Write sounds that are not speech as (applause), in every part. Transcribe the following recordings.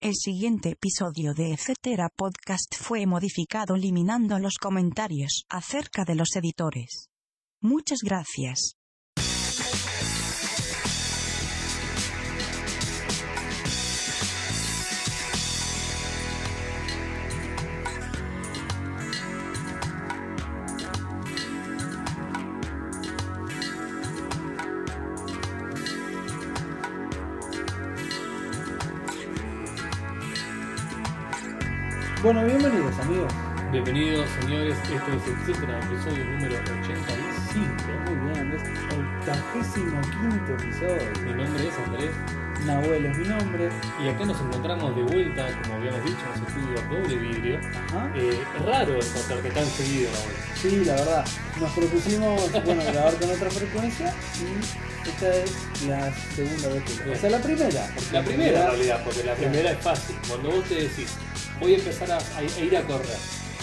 El siguiente episodio de Etcétera Podcast fue modificado eliminando los comentarios acerca de los editores. Muchas gracias. Bueno, bienvenidos amigos. Bienvenidos señores, esto es Etcétera, episodio número 85. Muy bien, Andrés. Octagésimo quinto Mi episodio. nombre es Andrés Nahuel es mi nombre. y acá nos encontramos de vuelta, como habíamos dicho, en los estudios doble vidrio. Ajá. Eh, raro encontrarte tan seguido, Raúl. ¿ah? Sí, la verdad. Nos propusimos, (laughs) bueno, grabar con otra frecuencia y esta es la segunda vez que lo- O sea, la primera. porque La en primera en realidad- realidad, porque la primera es fácil. Cuando vos te decís, voy a empezar a, a- a ir a correr,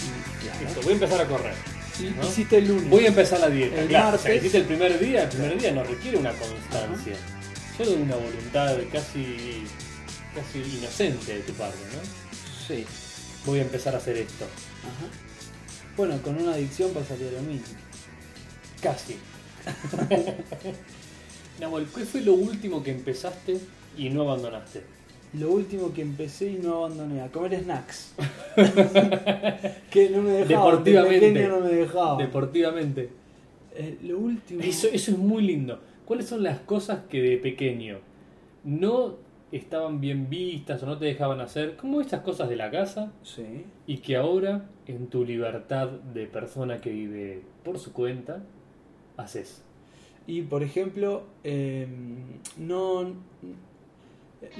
y- Listo, voy a empezar a correr. y- ¿no? Hiciste el lunes. Voy a empezar la dieta, El claro. O sea, martes. hiciste el primer día, el primer día no requiere una constancia. Solo una voluntad casi, casi inocente de tu parte, ¿no? Sí. Voy a empezar a hacer esto. Ajá. Bueno, con una adicción pasaría lo mismo. (laughs) Casi. Nahuel, ¿qué fue lo último que empezaste y no abandonaste? Lo último que empecé y no abandoné, a comer (laughs) snacks. que no me dejaba. de Deportivamente. pequeño no me dejaba. Deportivamente. Eh, lo último. Eso, eso es muy lindo. ¿Cuáles son las cosas que de pequeño no estaban bien vistas o no te dejaban hacer? Como estas cosas de la casa Sí. y que ahora, en tu libertad de persona que vive por su cuenta, haces. Y por ejemplo, eh, no.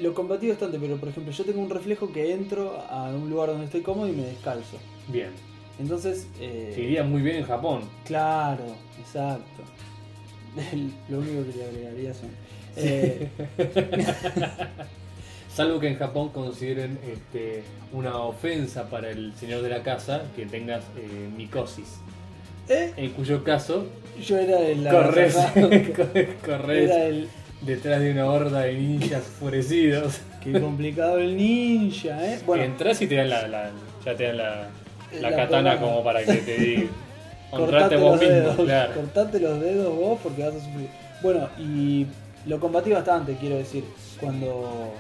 Lo combatí bastante, pero por ejemplo, yo tengo un reflejo que entro a un lugar donde estoy cómodo y me descalzo. Bien. Entonces. eh, Te iría muy bien en Japón. Claro, exacto. (laughs) Lo único que le agregaría son. (laughs) eh, Salvo que en Japón consideren este, una ofensa para el señor de la casa que tengas eh, micosis. ¿eh? En cuyo caso, Yo era de la. (laughs) corres, Era corres el. detrás de una horda de ninjas enfurecidos. Qué complicado el ninja, ¿eh? Bueno, Entras y te dan la, la- ya te dan la, la La katana corona. como para que te (laughs) diga. cortate Contrate vos los mismo, dedos, claro. cortate los dedos vos porque vas a sufrir. Bueno, y lo combatí bastante, quiero decir. Cuando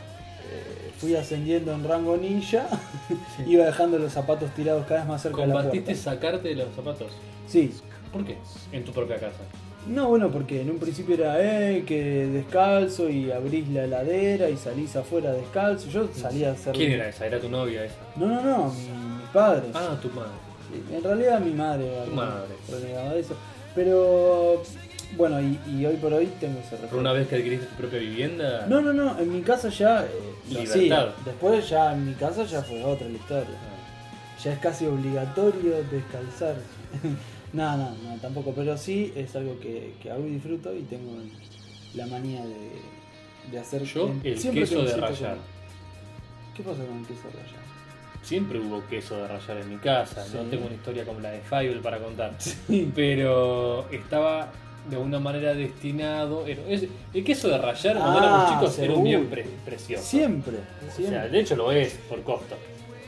eh, fui ascendiendo en rango ninja, (laughs) iba dejando los zapatos tirados cada vez más cerca Combatiste de la sacarte de los zapatos. puerta. Sí. ¿Por qué? En tu propia casa. No, bueno, porque en un principio era eh, que descalzo y abrís la heladera y salís afuera descalzo. Yo salía a hacer. ¿Quién era esa? ¿Era tu novia esa? No, no, no, mi, mi padre. Ah, tu madre. En realidad mi madre Tu madre. renegaba de eso. Pero bueno, y, y hoy por hoy tengo ese ¿Por reflejo. una vez que adquiriste tu propia vivienda? No, no, no, en mi casa ya... eh, lo Libertad. hacía. Después ya en mi casa ya fue otra la historia. Ah, Ya es casi obligatorio descalzar. (laughs) no, no, no, tampoco. Pero sí es algo que, que hago y disfruto y tengo la manía de, de hacer... Yo, en- el siempre que queso me de siento rayar. con- ¿Qué pasa con el queso de rayar? Siempre hubo queso de rayar en mi casa. No Sí. tengo una historia como la de Fable para contar. (laughs) Pero estaba de alguna manera destinado. era- es- El queso de rayar, cuando Ah, éramos chicos, era un bien seguro. pre- precioso. Siempre, O siempre. sea, de hecho lo es, por costo.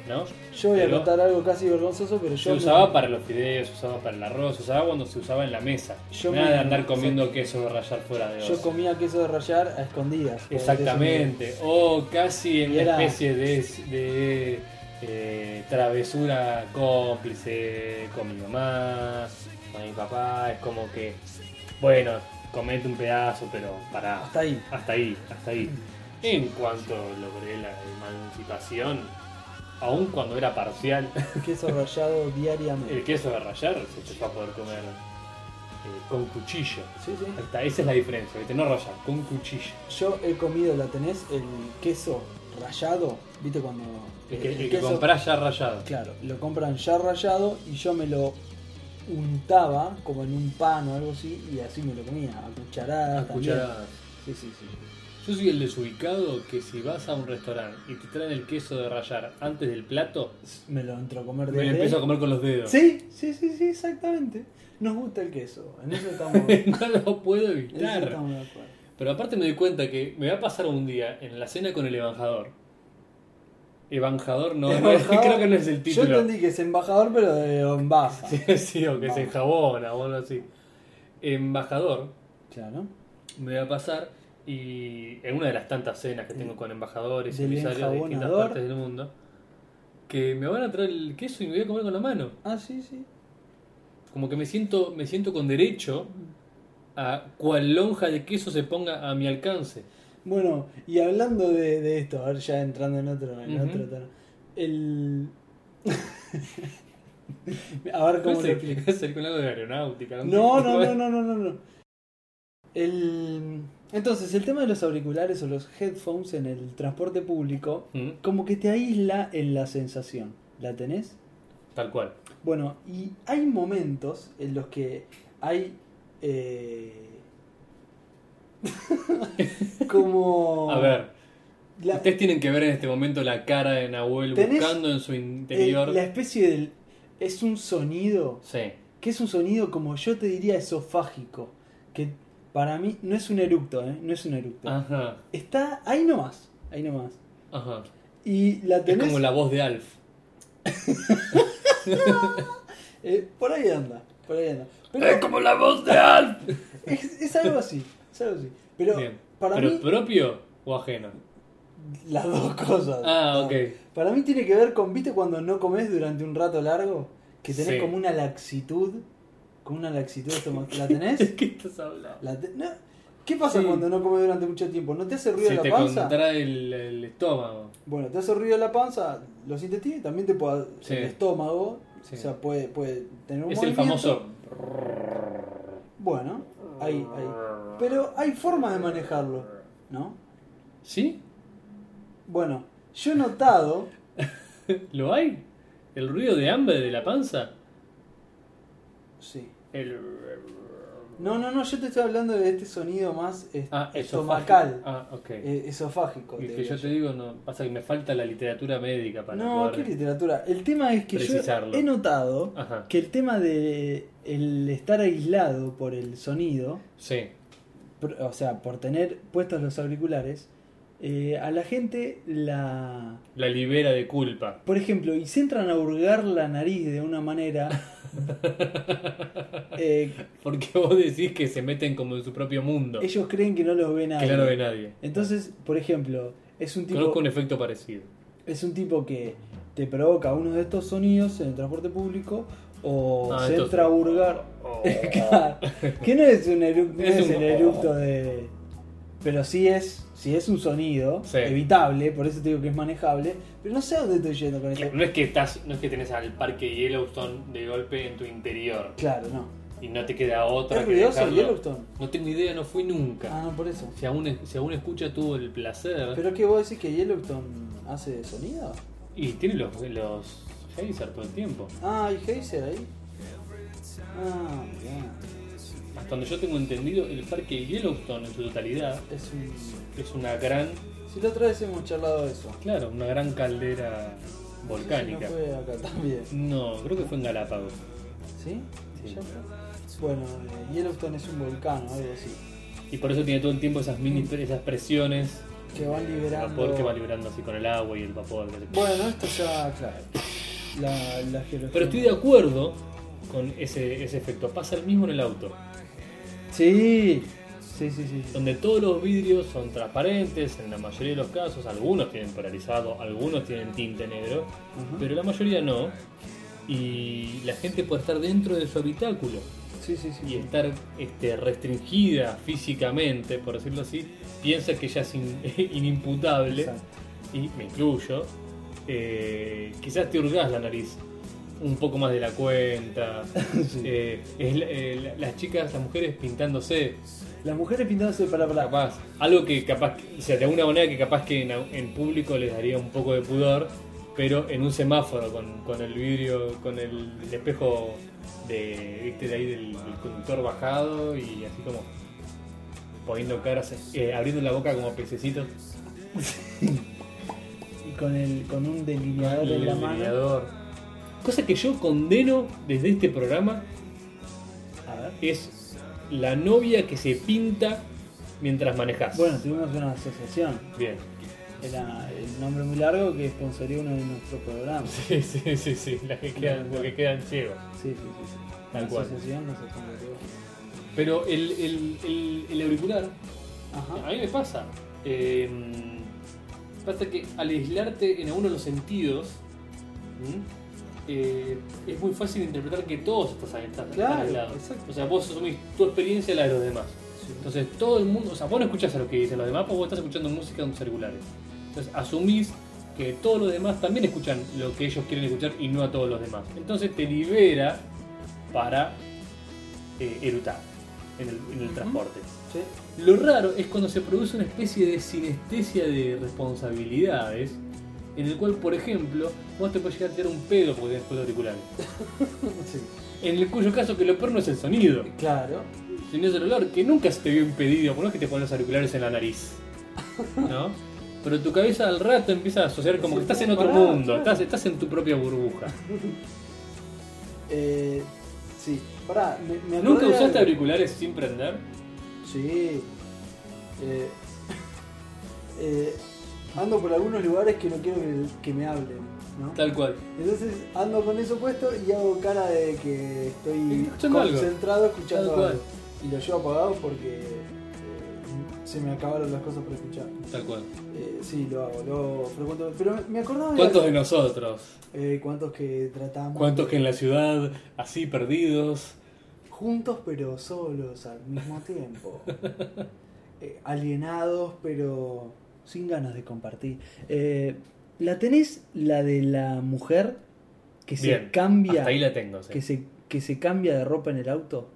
¿No? Yo voy a Pero contar algo casi vergonzoso, pero yo... Se me- usaba para los fideos, se usaba para el arroz, se usaba cuando se usaba en la mesa. Yo Nada me- de andar comiendo queso de rayar fuera de Yo oso. comía queso de rallar a escondidas. por Exactamente. O casi en Y una era- especie de, de, eh, travesura cómplice con mi mamá, con mi papá. Es como que, bueno, comete un pedazo, pero pará. Hasta ahí. (laughs) Hasta ahí, hasta ahí. Mm. En cuanto logré la emancipación, aun cuando era parcial, (laughs) decirme, Queso rallado diariamente. el queso de rayar se te va a poder comer eh, con cuchillo. Sí, Ahí sí. está, esa es la diferencia, ¿viste? no rayar, con cuchillo. Yo he comido, la tenés, el queso rallado. ¿Viste cuando.? eh, El que, el el que queso- comprás ya rayado. Claro, lo compran ya rallado y yo me lo untaba como en un pan o algo así y así me lo comía, a cucharadas. Las también. cucharadas. Sí, sí, sí. Yo soy el desubicado que si vas a un restaurante y te traen el queso de rayar antes del plato, Me lo entro a comer me desde lo empiezo a comer con los dedos. ¿Eh? Sí, sí, sí, sí, exactamente. Nos gusta el queso, en eso (laughs) estamos, en (laughs) no lo puedo eso evitar. estamos de acuerdo. Pero aparte me doy cuenta que me va a pasar un día en la cena con el embajador Evanjador (laughs) no, Embajador- creo que no es el título. Yo entendí que es embajador, pero de Bombaza. (laughs) Sí, sí, o que se Vamos. enjabona o algo así. Embajador Claro. me va a pasar y en una de las tantas cenas que tengo con embajadores Mm. y Del emisarios de distintas enjabonador. partes del mundo, que me van a traer el queso y me voy a comer con la mano. Ah, sí, sí. Como que me siento, me siento con derecho a cual lonja de queso se ponga a mi alcance. Bueno, y hablando de, de esto, a ver, ya entrando en otro, en Ujú. otro tono. El. (laughs) a ver cómo ¿Cómo lo se explico. (laughs) hacer con algo de aeronáutica? No, no, no, no, no, no, no. El... Entonces, el tema de los auriculares o los headphones en el transporte público, (laughs) Mm, como que te aísla en la sensación. ¿La tenés? Tal cual. Bueno, y hay momentos en los que hay eh, (laughs) como A ver, la, ustedes tienen que ver en este momento la cara de Nahuel Tenés buscando en su el- interior. la especie del es un sonido Sí. que es un sonido como yo te diría esofágico que para mí no es un eructo, ¿eh? no es un eructo. Ajá, Está ahí nomás, ahí nomás. ajá. Y la Es tenés como la voz de Alf. eh, por ahí anda, por ahí anda. Pero ¡Es como la voz de Alf! es, es algo así, es algo así. Pero Bien. para ¿Pero mí propio o ajeno? Las dos cosas. Ah, ok. Para mí tiene que ver con, ¿viste cuando no comes durante un rato largo? Que tenés Sí. como una laxitud. Como una laxitud estomacal. (laughs) ¿La tenés? qué estás hablando? ¿La te- no. ¿Qué pasa Sí. cuando no comes durante mucho tiempo? ¿No te hace ruido Se la te panza? contrae el, el estómago. Bueno, te hace ruido la panza, los intestinos y también te puede. Sí. El estómago. Sí. O sea, puede, puede tener un Es el movimiento. famoso. Bueno, ahí, ahí. Pero hay formas de manejarlo, ¿no? ¿Sí? Bueno, yo he notado. ¿Lo hay? ¿El ruido de hambre de la panza? Sí. El... No, no, no, yo te estoy hablando de este sonido más est- Ah, estomacal, esofágico. Ah, ok. eh, esofágico. El te que diría yo te digo, no. Pasa que me falta la literatura médica para No, qué poder- literatura. El tema es que precisarlo. Ah. yo he notado Ajá. que el tema de el estar aislado por el sonido, Sí. pr- o sea, por tener puestos los auriculares, eh, a la gente la... La libera de culpa. (laughs) Por ejemplo, y se entran a hurgar la nariz de una (laughs) manera... eh, Porque vos decís que se meten como en su propio mundo. ellos creen que no los ve nadie. Que no lo ve nadie. Entonces, por ejemplo, es un tipo... Conozco un efecto parecido. Es un tipo que te provoca uno de estos sonidos en el transporte público o Ah, se esto entra a es- hurgar. (laughs) Claro, que no es un eructo, Es un- oh. el eructo de. Pero sí es, sí es un sonido Sí. evitable, por eso te digo que es manejable. Pero no sé a dónde estoy yendo con esto. No es que estás, no es que tenés al parque Yellowstone de golpe en tu interior Claro, no. y no te queda otra ¿Es que ruidoso el dejarlo. Yellowstone? No tengo idea, no fui nunca. Ah, no, por eso. Si aún, si aún escucha tuvo el placer. ¿Pero qué vos decís que Yellowstone hace sonido? Y tiene los, los Geyser todo el tiempo. Ah, hay Geyser ahí. Ah, bien. Hasta donde yo tengo entendido, el parque Yellowstone en su totalidad Es un. es una gran, Si la otra vez hemos charlado de eso. claro, una gran caldera No volcánica. fue acá también. No, creo que fue en Galápagos. ¿Sí? Sí. ¿Ya fue? Bueno, eh, Yellowstone es un volcán o algo así. Y por eso tiene todo el tiempo esas mini esas presiones, Que van el liberando. vapor Eh, que va liberando así con el agua y el vapor. Bueno, esto ya, claro. La, la geología. Pero estoy de acuerdo con ese, ese efecto. Pasa el mismo en el auto, Sí. Sí, sí, sí. sí. donde todos los vidrios son transparentes, en la mayoría de los casos, algunos tienen polarizado, algunos tienen tinte negro, Ajá. pero la mayoría no. Y la gente puede estar dentro de su habitáculo Sí, sí, sí. y estar este, restringida físicamente, por decirlo así, piensa que ya es in- (laughs) inimputable. Exacto. y me incluyo, eh, quizás te hurgás la nariz un poco más de la cuenta. Sí. Eh, es la- eh, la- las chicas, las mujeres pintándose, Las mujeres pintándose para para. capaz. Algo que capaz, que- o sea, de alguna manera que capaz que en, au- en público les daría un poco de pudor, pero en un semáforo con, con el vidrio, con el, espejo de, viste, de ahí del, del conductor bajado y así como poniendo caras, eh, abriendo la boca como pececitos. Y con el con un delineador Y en el la mano. delineador. Cosa que yo condeno desde este programa A ver. es la novia que se pinta mientras manejas. Bueno, tuvimos una asociación. Bien. (laughs) era el nombre muy largo que sponsoreó uno de nuestros programas. Sí, Sí, sí, sí, sí, las que quedan, los que quedan ciegos. sí, sí. sí. Tal Una cual. asociación que se convirtió. Pero el, el, el, el auricular, a Ajá. mí me pasa. eh, pasa que al aislarte en alguno de los sentidos, ¿m? Eh, es muy fácil interpretar que todos estás ahí, están, están Claro, aislados. exacto. O sea, vos asumís tu experiencia y la de los demás. Sí. Entonces todo el mundo, o sea, vos no escuchás a lo que dicen los demás, porque vos estás escuchando música en tus celulares. Entonces asumís que todos los demás también escuchan lo que ellos quieren escuchar y no a todos los demás. Entonces te libera para eh, erutar en el, en el Ujú. transporte. Sí. (laughs) Lo raro es cuando se produce una especie de sinestesia de responsabilidades, en el cual, por ejemplo, vos te puedes llegar a tirar un pedo porque tenés los auriculares. Sí. En el cuyo caso que lo peor no es el sonido, Claro. sino es el olor, que nunca se te vio impedido, por no es que te pones los auriculares en la nariz. ¿No? Pero tu cabeza al rato empieza a asociar como que estás en otro Pará, mundo, claro. estás, estás en tu propia burbuja. Eh, sí. Pará, me, me ¿Nunca acordé de algo. usaste auriculares sin prender? Sí. Eh, eh, ando por algunos lugares que no quiero que, que me hablen, ¿no? Tal cual. Entonces ando con eso puesto y hago cara de que estoy Escuchando algo. concentrado escuchando Tal cual. algo. Y lo llevo apagado porque eh, se me acabaron las cosas para escuchar. Tal cual. Eh, sí, lo hago, lo frecuento. Pero me- me acordaba de- ¿Cuántos de nosotros? Eh, ¿Cuántos que tratamos? ¿Cuántos que en la ciudad, así perdidos? Juntos pero solos al mismo (laughs) tiempo. Eh, alienados pero sin ganas de compartir. Eh, ¿La tenés la de la mujer que se Bien, cambia? Hasta ahí la tengo. sí. que, se, que se cambia de ropa en el auto?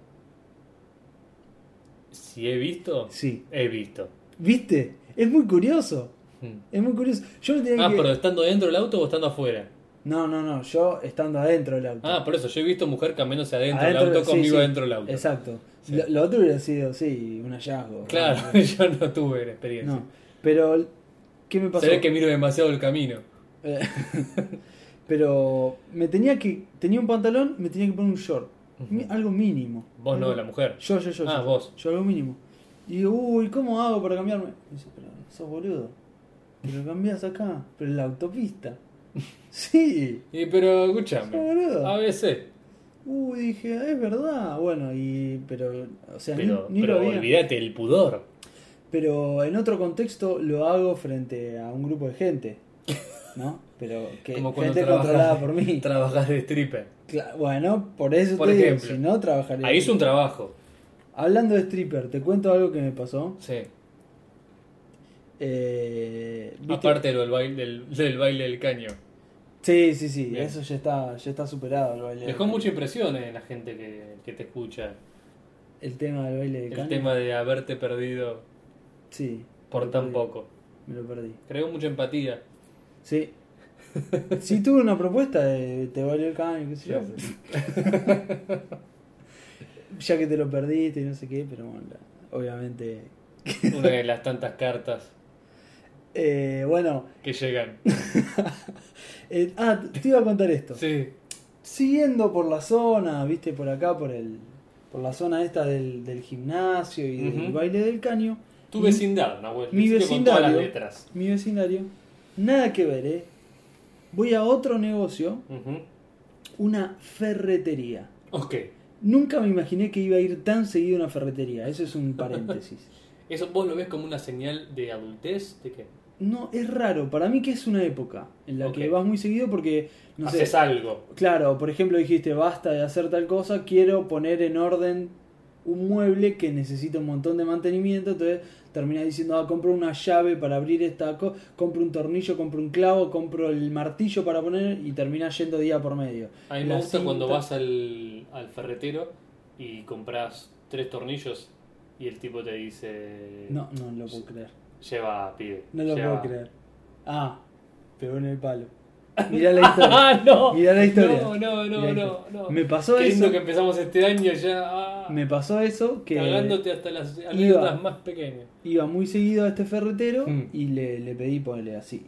Si he visto, Sí. he visto. ¿Viste? Es muy curioso. Mm. Es muy curioso. Yo me tenía Ah, que... pero estando dentro del auto o estando afuera. No, no, no. Yo estando adentro del auto. Ah, por eso, yo he visto mujer cambiándose adentro del Adentro, auto sí, sí. conmigo adentro del auto. Exacto. Sí. Lo, lo otro hubiera sido, sí, un hallazgo. (laughs) Claro, (laughs) yo no tuve la experiencia. No. Pero, ¿qué me pasó? Se ve que miro demasiado el camino. Eh, (laughs) Pero me tenía que. Tenía un pantalón, me tenía que poner un short. Mi- Algo mínimo. Vos no, Algo- la mujer. Yo, yo, yo. Ah, yo. vos. Yo, algo mínimo. Y digo, uy, ¿cómo hago para cambiarme? Me dice, pero sos boludo. Te lo cambias acá, pero en la (laughs) autopista. Sí, Y pero sos escúchame. boludo. A veces. Uy, dije, es verdad. Bueno, y. Pero, o sea, ni- Pero, ni, pero lo había. olvídate el pudor. Pero en otro contexto lo hago frente a un grupo de gente. ¿No? Pero que (laughs) Como cuando gente trabajas- controlada por mí. (laughs) Trabajas de stripper. Cla- Bueno, por eso Por te digo, ejemplo. si no trabajaría. Ahí es un trabajo. Hablando de stripper, te cuento algo que me pasó. Sí. Eh, ¿viste? Aparte de lo del baile del, del baile del caño. Sí, sí, sí, Bien. eso ya está, ya está superado el baile. Dejó mucha impresión en la gente que, que te escucha. El tema del baile de El caña. tema de haberte perdido Sí, por tan poco. me lo perdí. Creó mucha empatía. (laughs) Sí. sí tuve una propuesta de te valió el caño, qué sé yo. ya que te lo perdiste y no sé qué, pero bueno, la- obviamente. (laughs) Una de las tantas cartas Eh, bueno, que llegan. eh, ah, te iba a contar esto. Sí. siguiendo por la zona, viste, por acá, por el por la zona esta del, del gimnasio y del Ujú. baile del caño, Tu Mi- vecindad, Nahuel. mi Hiciste Con todas las vecindario. letras. mi vecindario, nada que ver, ¿eh? Voy a otro negocio, Ujú. una ferretería. Ok. Nunca me imaginé que iba a ir tan seguido a una ferretería, eso es un paréntesis. (laughs) ¿Eso vos lo ves como una señal de adultez? ¿De que No, es raro, para mí que es una época en la que Ok. vas muy seguido porque, no sé, haces algo? Claro, por ejemplo dijiste, basta de hacer tal cosa, quiero poner en orden un mueble que necesita un montón de mantenimiento, entonces terminas diciendo, ah, compro una llave para abrir esta cosa, compro un tornillo, compro un clavo, compro el martillo para poner y terminas yendo día por medio. A mí me La gusta cuando cinta- vas al, al ferretero y compras tres tornillos y el tipo te dice... No, no lo puedo creer. Lleva, pibe. No lo lleva". puedo creer. Ah, pegó en el palo. (laughs) Mirá la historia. (laughs) (laughs) ¡Ah, no! Mirá la historia. No, no, Mirá no, la no, historia. no. Me pasó Qué lindo eso. que empezamos este año ya. ah, Me pasó eso que... Cagándote hasta las anécdotas más pequeñas. iba muy seguido a este ferretero Mm. y le, le pedí ponerle así.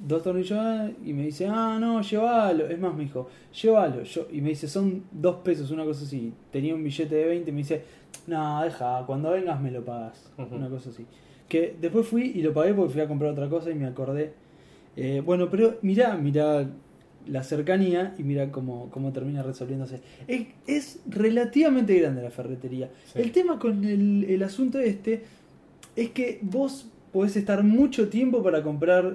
Dos tornillos más, y me dice, ah, no, llévalo. Es más, me dijo, llévalo. Yo, y me dice, son dos pesos, una cosa así. Tenía un billete de 20, me dice, no, deja, cuando vengas me lo pagas. Ujú. Una cosa así. Que después fui y lo pagué porque fui a comprar otra cosa y me acordé. Eh, bueno, pero mirá, mirá la cercanía y mirá cómo, cómo termina resolviéndose. Es, es relativamente grande la ferretería. Sí. El tema con el, el asunto este es que vos podés estar mucho tiempo para comprar,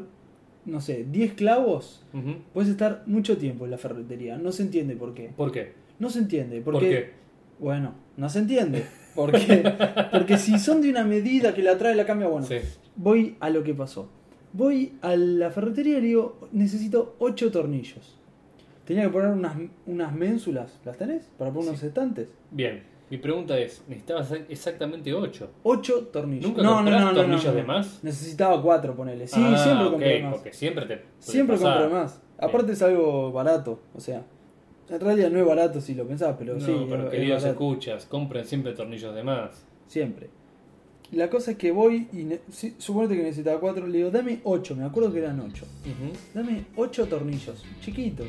no sé, 10 clavos. Ujú. Puedes estar mucho tiempo en la ferretería. No se entiende por qué. ¿Por qué? No se entiende. Porque, ¿Por qué? Bueno, no se entiende. Porque, (laughs) porque si son de una medida que la trae, la cambia, bueno. Sí. Voy a lo que pasó. Voy a la ferretería y le digo, necesito 8 tornillos. Tenía que poner unas, unas ménsulas. ¿Las tenés? Para poner unos estantes. Bien, mi pregunta es, necesitabas exactamente 8. 8 tornillos. ¿Nunca comprás tornillos de más? Necesitaba 4, ponele. Sí, siempre compré más. Ah, Porque siempre te... puede Siempre pasar. compré más. Aparte es algo barato, o sea, en realidad no es barato si lo pensás, pero No, sí, pero es- es queridos barato. escuchas, compren siempre tornillos de más. siempre. La cosa es que voy y ne- si- suponete que necesitaba cuatro, le digo, dame ocho, me acuerdo que eran ocho. Ujú. Dame ocho tornillos, chiquitos.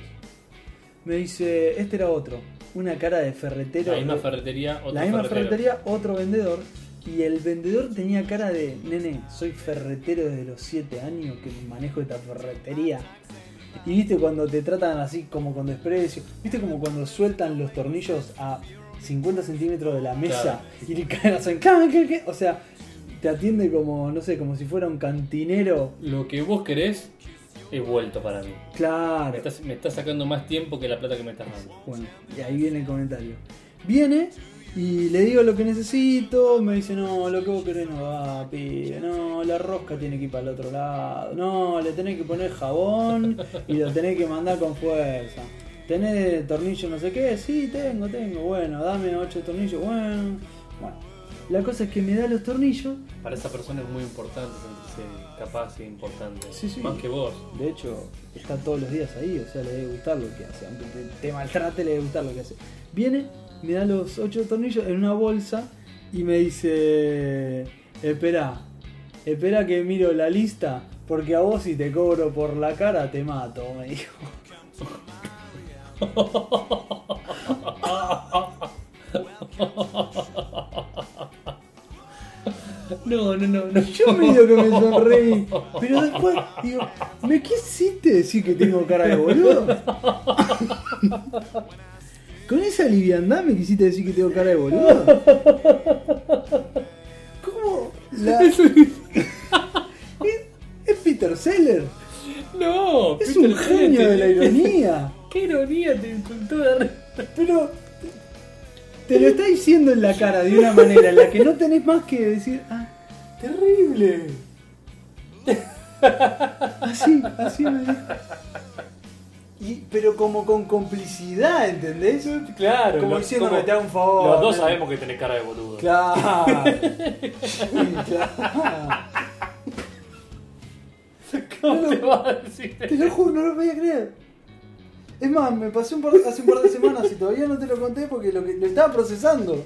Me dice, este era otro, una cara de ferretero. la misma de- ferretería, otro la misma ferretero. ferretería, otro vendedor. Y el vendedor tenía cara de, nene, soy ferretero desde los 7 años que manejo esta ferretería. Y viste cuando te tratan así como con desprecio, viste como cuando sueltan los tornillos a 50 centímetros de la mesa y le caen hacen clan, clan, clan. O sea, te atiende como, no sé, como si fuera un cantinero. Lo que vos querés es vuelto para mí. Me Claro. estás, me estás sacando más tiempo que la plata que me estás dando. Bueno, y ahí viene el comentario. Viene y le digo lo que necesito, me dice, no, lo que vos querés no va, pibe, no, la rosca tiene que ir para el otro lado, no, le tenés que poner jabón y lo tenés que mandar con fuerza. ¿Tenés tornillo no sé qué? Sí, tengo, tengo, bueno, dame ocho tornillos, bueno. Bueno, la cosa es que me da los tornillos, Para esa persona es muy importante sentirse capaz e importante. Sí, sí. Más que vos. De hecho, está todos los días ahí, o sea, le debe gustar lo que hace. Aunque te, te maltrate, le debe gustar lo que hace. Viene, me da los ocho tornillos en una bolsa y me dice: Espera, espera que miro la lista, porque a vos si te cobro por la cara te mato, me dijo. No, no, (laughs) no, no. Yo medio que me sonreí, pero después digo: ¿Me quisiste decir que tengo cara de boludo? Con esa liviandad me quisiste decir que tengo cara de boludo. ¿Cómo? La- Es, (laughs) es Peter Seller. No, Es Peter un genio Jete. de la ironía. Qué ironía te insultó de re- Pero te lo está diciendo en la cara de una manera en la que no tenés más que decir, ah, terrible. Así, así me dijo. Y- pero como con complicidad, ¿entendés? Claro, Como lo- diciendo, como- te hago un favor. eh". Los dos me- sabemos que tenés cara de boludo. (laughs) Claro. Sí, claro. ¿Cómo No, te no. vas a decir? Te lo juro, no lo podía creer. Es más, me pasé un par, hace un par de semanas y todavía no te lo conté porque lo, que, lo estaba procesando.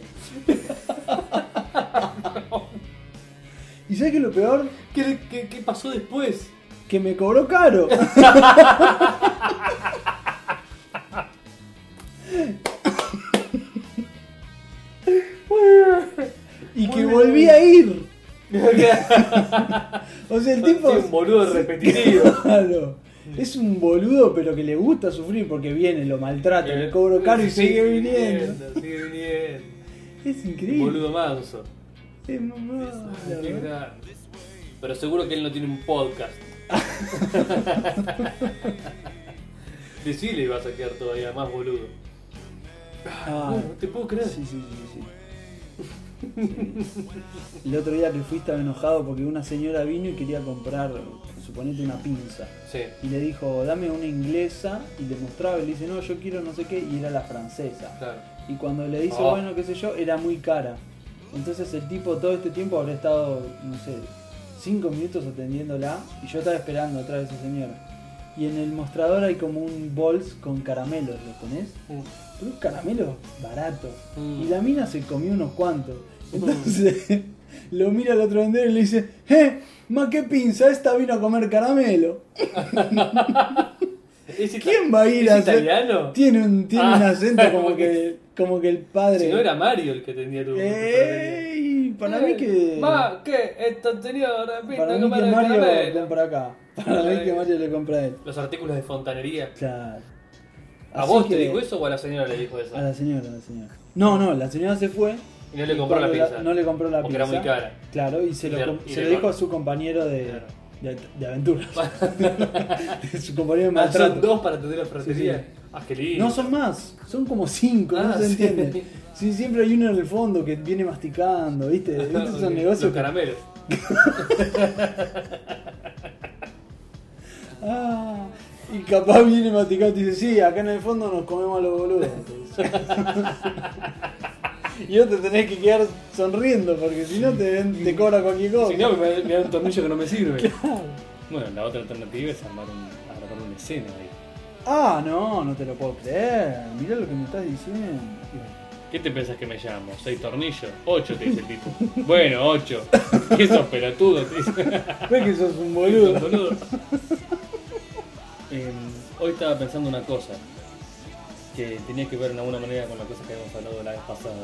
¿Y sabes que lo peor? ¿Qué, qué, qué pasó después? Que me cobró caro. y que volví a ir. O sea, el tipo... Es un boludo (laughs) repetitivo. Claro. Es un boludo, pero que le gusta sufrir porque viene, lo maltrata, Eh, le cobro caro y sigue viniendo. Sigue viniendo. Es Un increíble. boludo manso. Es mamá, Ah, la Qué verdad. grande. Pero seguro que él no tiene un (laughs) podcast. Decile y vas a quedar todavía más boludo. Ah, No, no te puedo creer. sí, sí, sí, sí. El otro día que fui estaba enojado porque una señora vino y quería comprar, suponete, una pinza. Sí. Y le dijo, dame una inglesa, y le mostraba, y le dice, no, yo quiero no sé qué, y era la francesa. Claro. Y cuando le dice, Oh. bueno, qué sé yo, era muy cara. Entonces el tipo todo este tiempo habrá estado, no sé, cinco minutos atendiéndola y yo estaba esperando atrás de esa señora. Y en el mostrador hay como un bols con caramelos, ¿lo ponés? Uh. Pero un caramelo barato. Mm. Y la mina se comió unos cuantos. Entonces (laughs) lo mira al otro vendedor y le dice, ¡eh! ¡Ma qué pinza! Esta vino a comer caramelo. ¿Es ita- ¿Quién va a ir ¿es a hacer- italiano? Tiene un, tiene Ah, (laughs) un acento como porque- que, como que el padre... Si no era Mario el que tenía tu. tu ¡Ey! mí, Eh, para mí que. Eh, Va, ¿qué? Es tontería, ahora pinta, Para mí no que para Mario de lo compra acá. Para mí que Mario lo compra a él. Los artículos de fontanería. Claro. ¿A Así vos que- te dijo eso o a la señora le dijo eso? A la señora, a la señora. No, no, la señora se fue. Y no le y compró la cuando pizza. no le compró la Porque pizza. era muy cara. Claro, y se Y lo, le- com- y se le lo dijo con- a su compañero de, Claro. de, de aventuras. (laughs) (laughs) su compañero de Ah, son maltrato. dos para atender la fratería. Sí, Ah, qué lindo. No son más, son como cinco, no Ah, se sí. entiende. Sí, siempre hay uno en el fondo que viene masticando, (laughs) ¿viste? Estos son negocios. Los que- caramelos. Ah, y capaz viene masticando y dice, sí, acá en el fondo nos comemos a los boludos. (laughs) y vos te tenés que quedar sonriendo porque si no te, ven- te cobra cualquier cosa. Si no, me, me da un tornillo que no me sirve. Bueno, la otra alternativa es armar, un, armar una escena ahí. Ah, no, no te lo puedo creer. Mirá lo que me estás diciendo. ¿Qué te pensás que me llamo? ¿Seis tornillos? Ocho, te dice el tipo. Bueno, ocho. ¿Qué sos pelotudo? Te dice. Ves que sos un boludo. Boludo. Eh, hoy estaba pensando una cosa que tenía que ver en alguna manera con la cosa que habíamos hablado la vez pasada.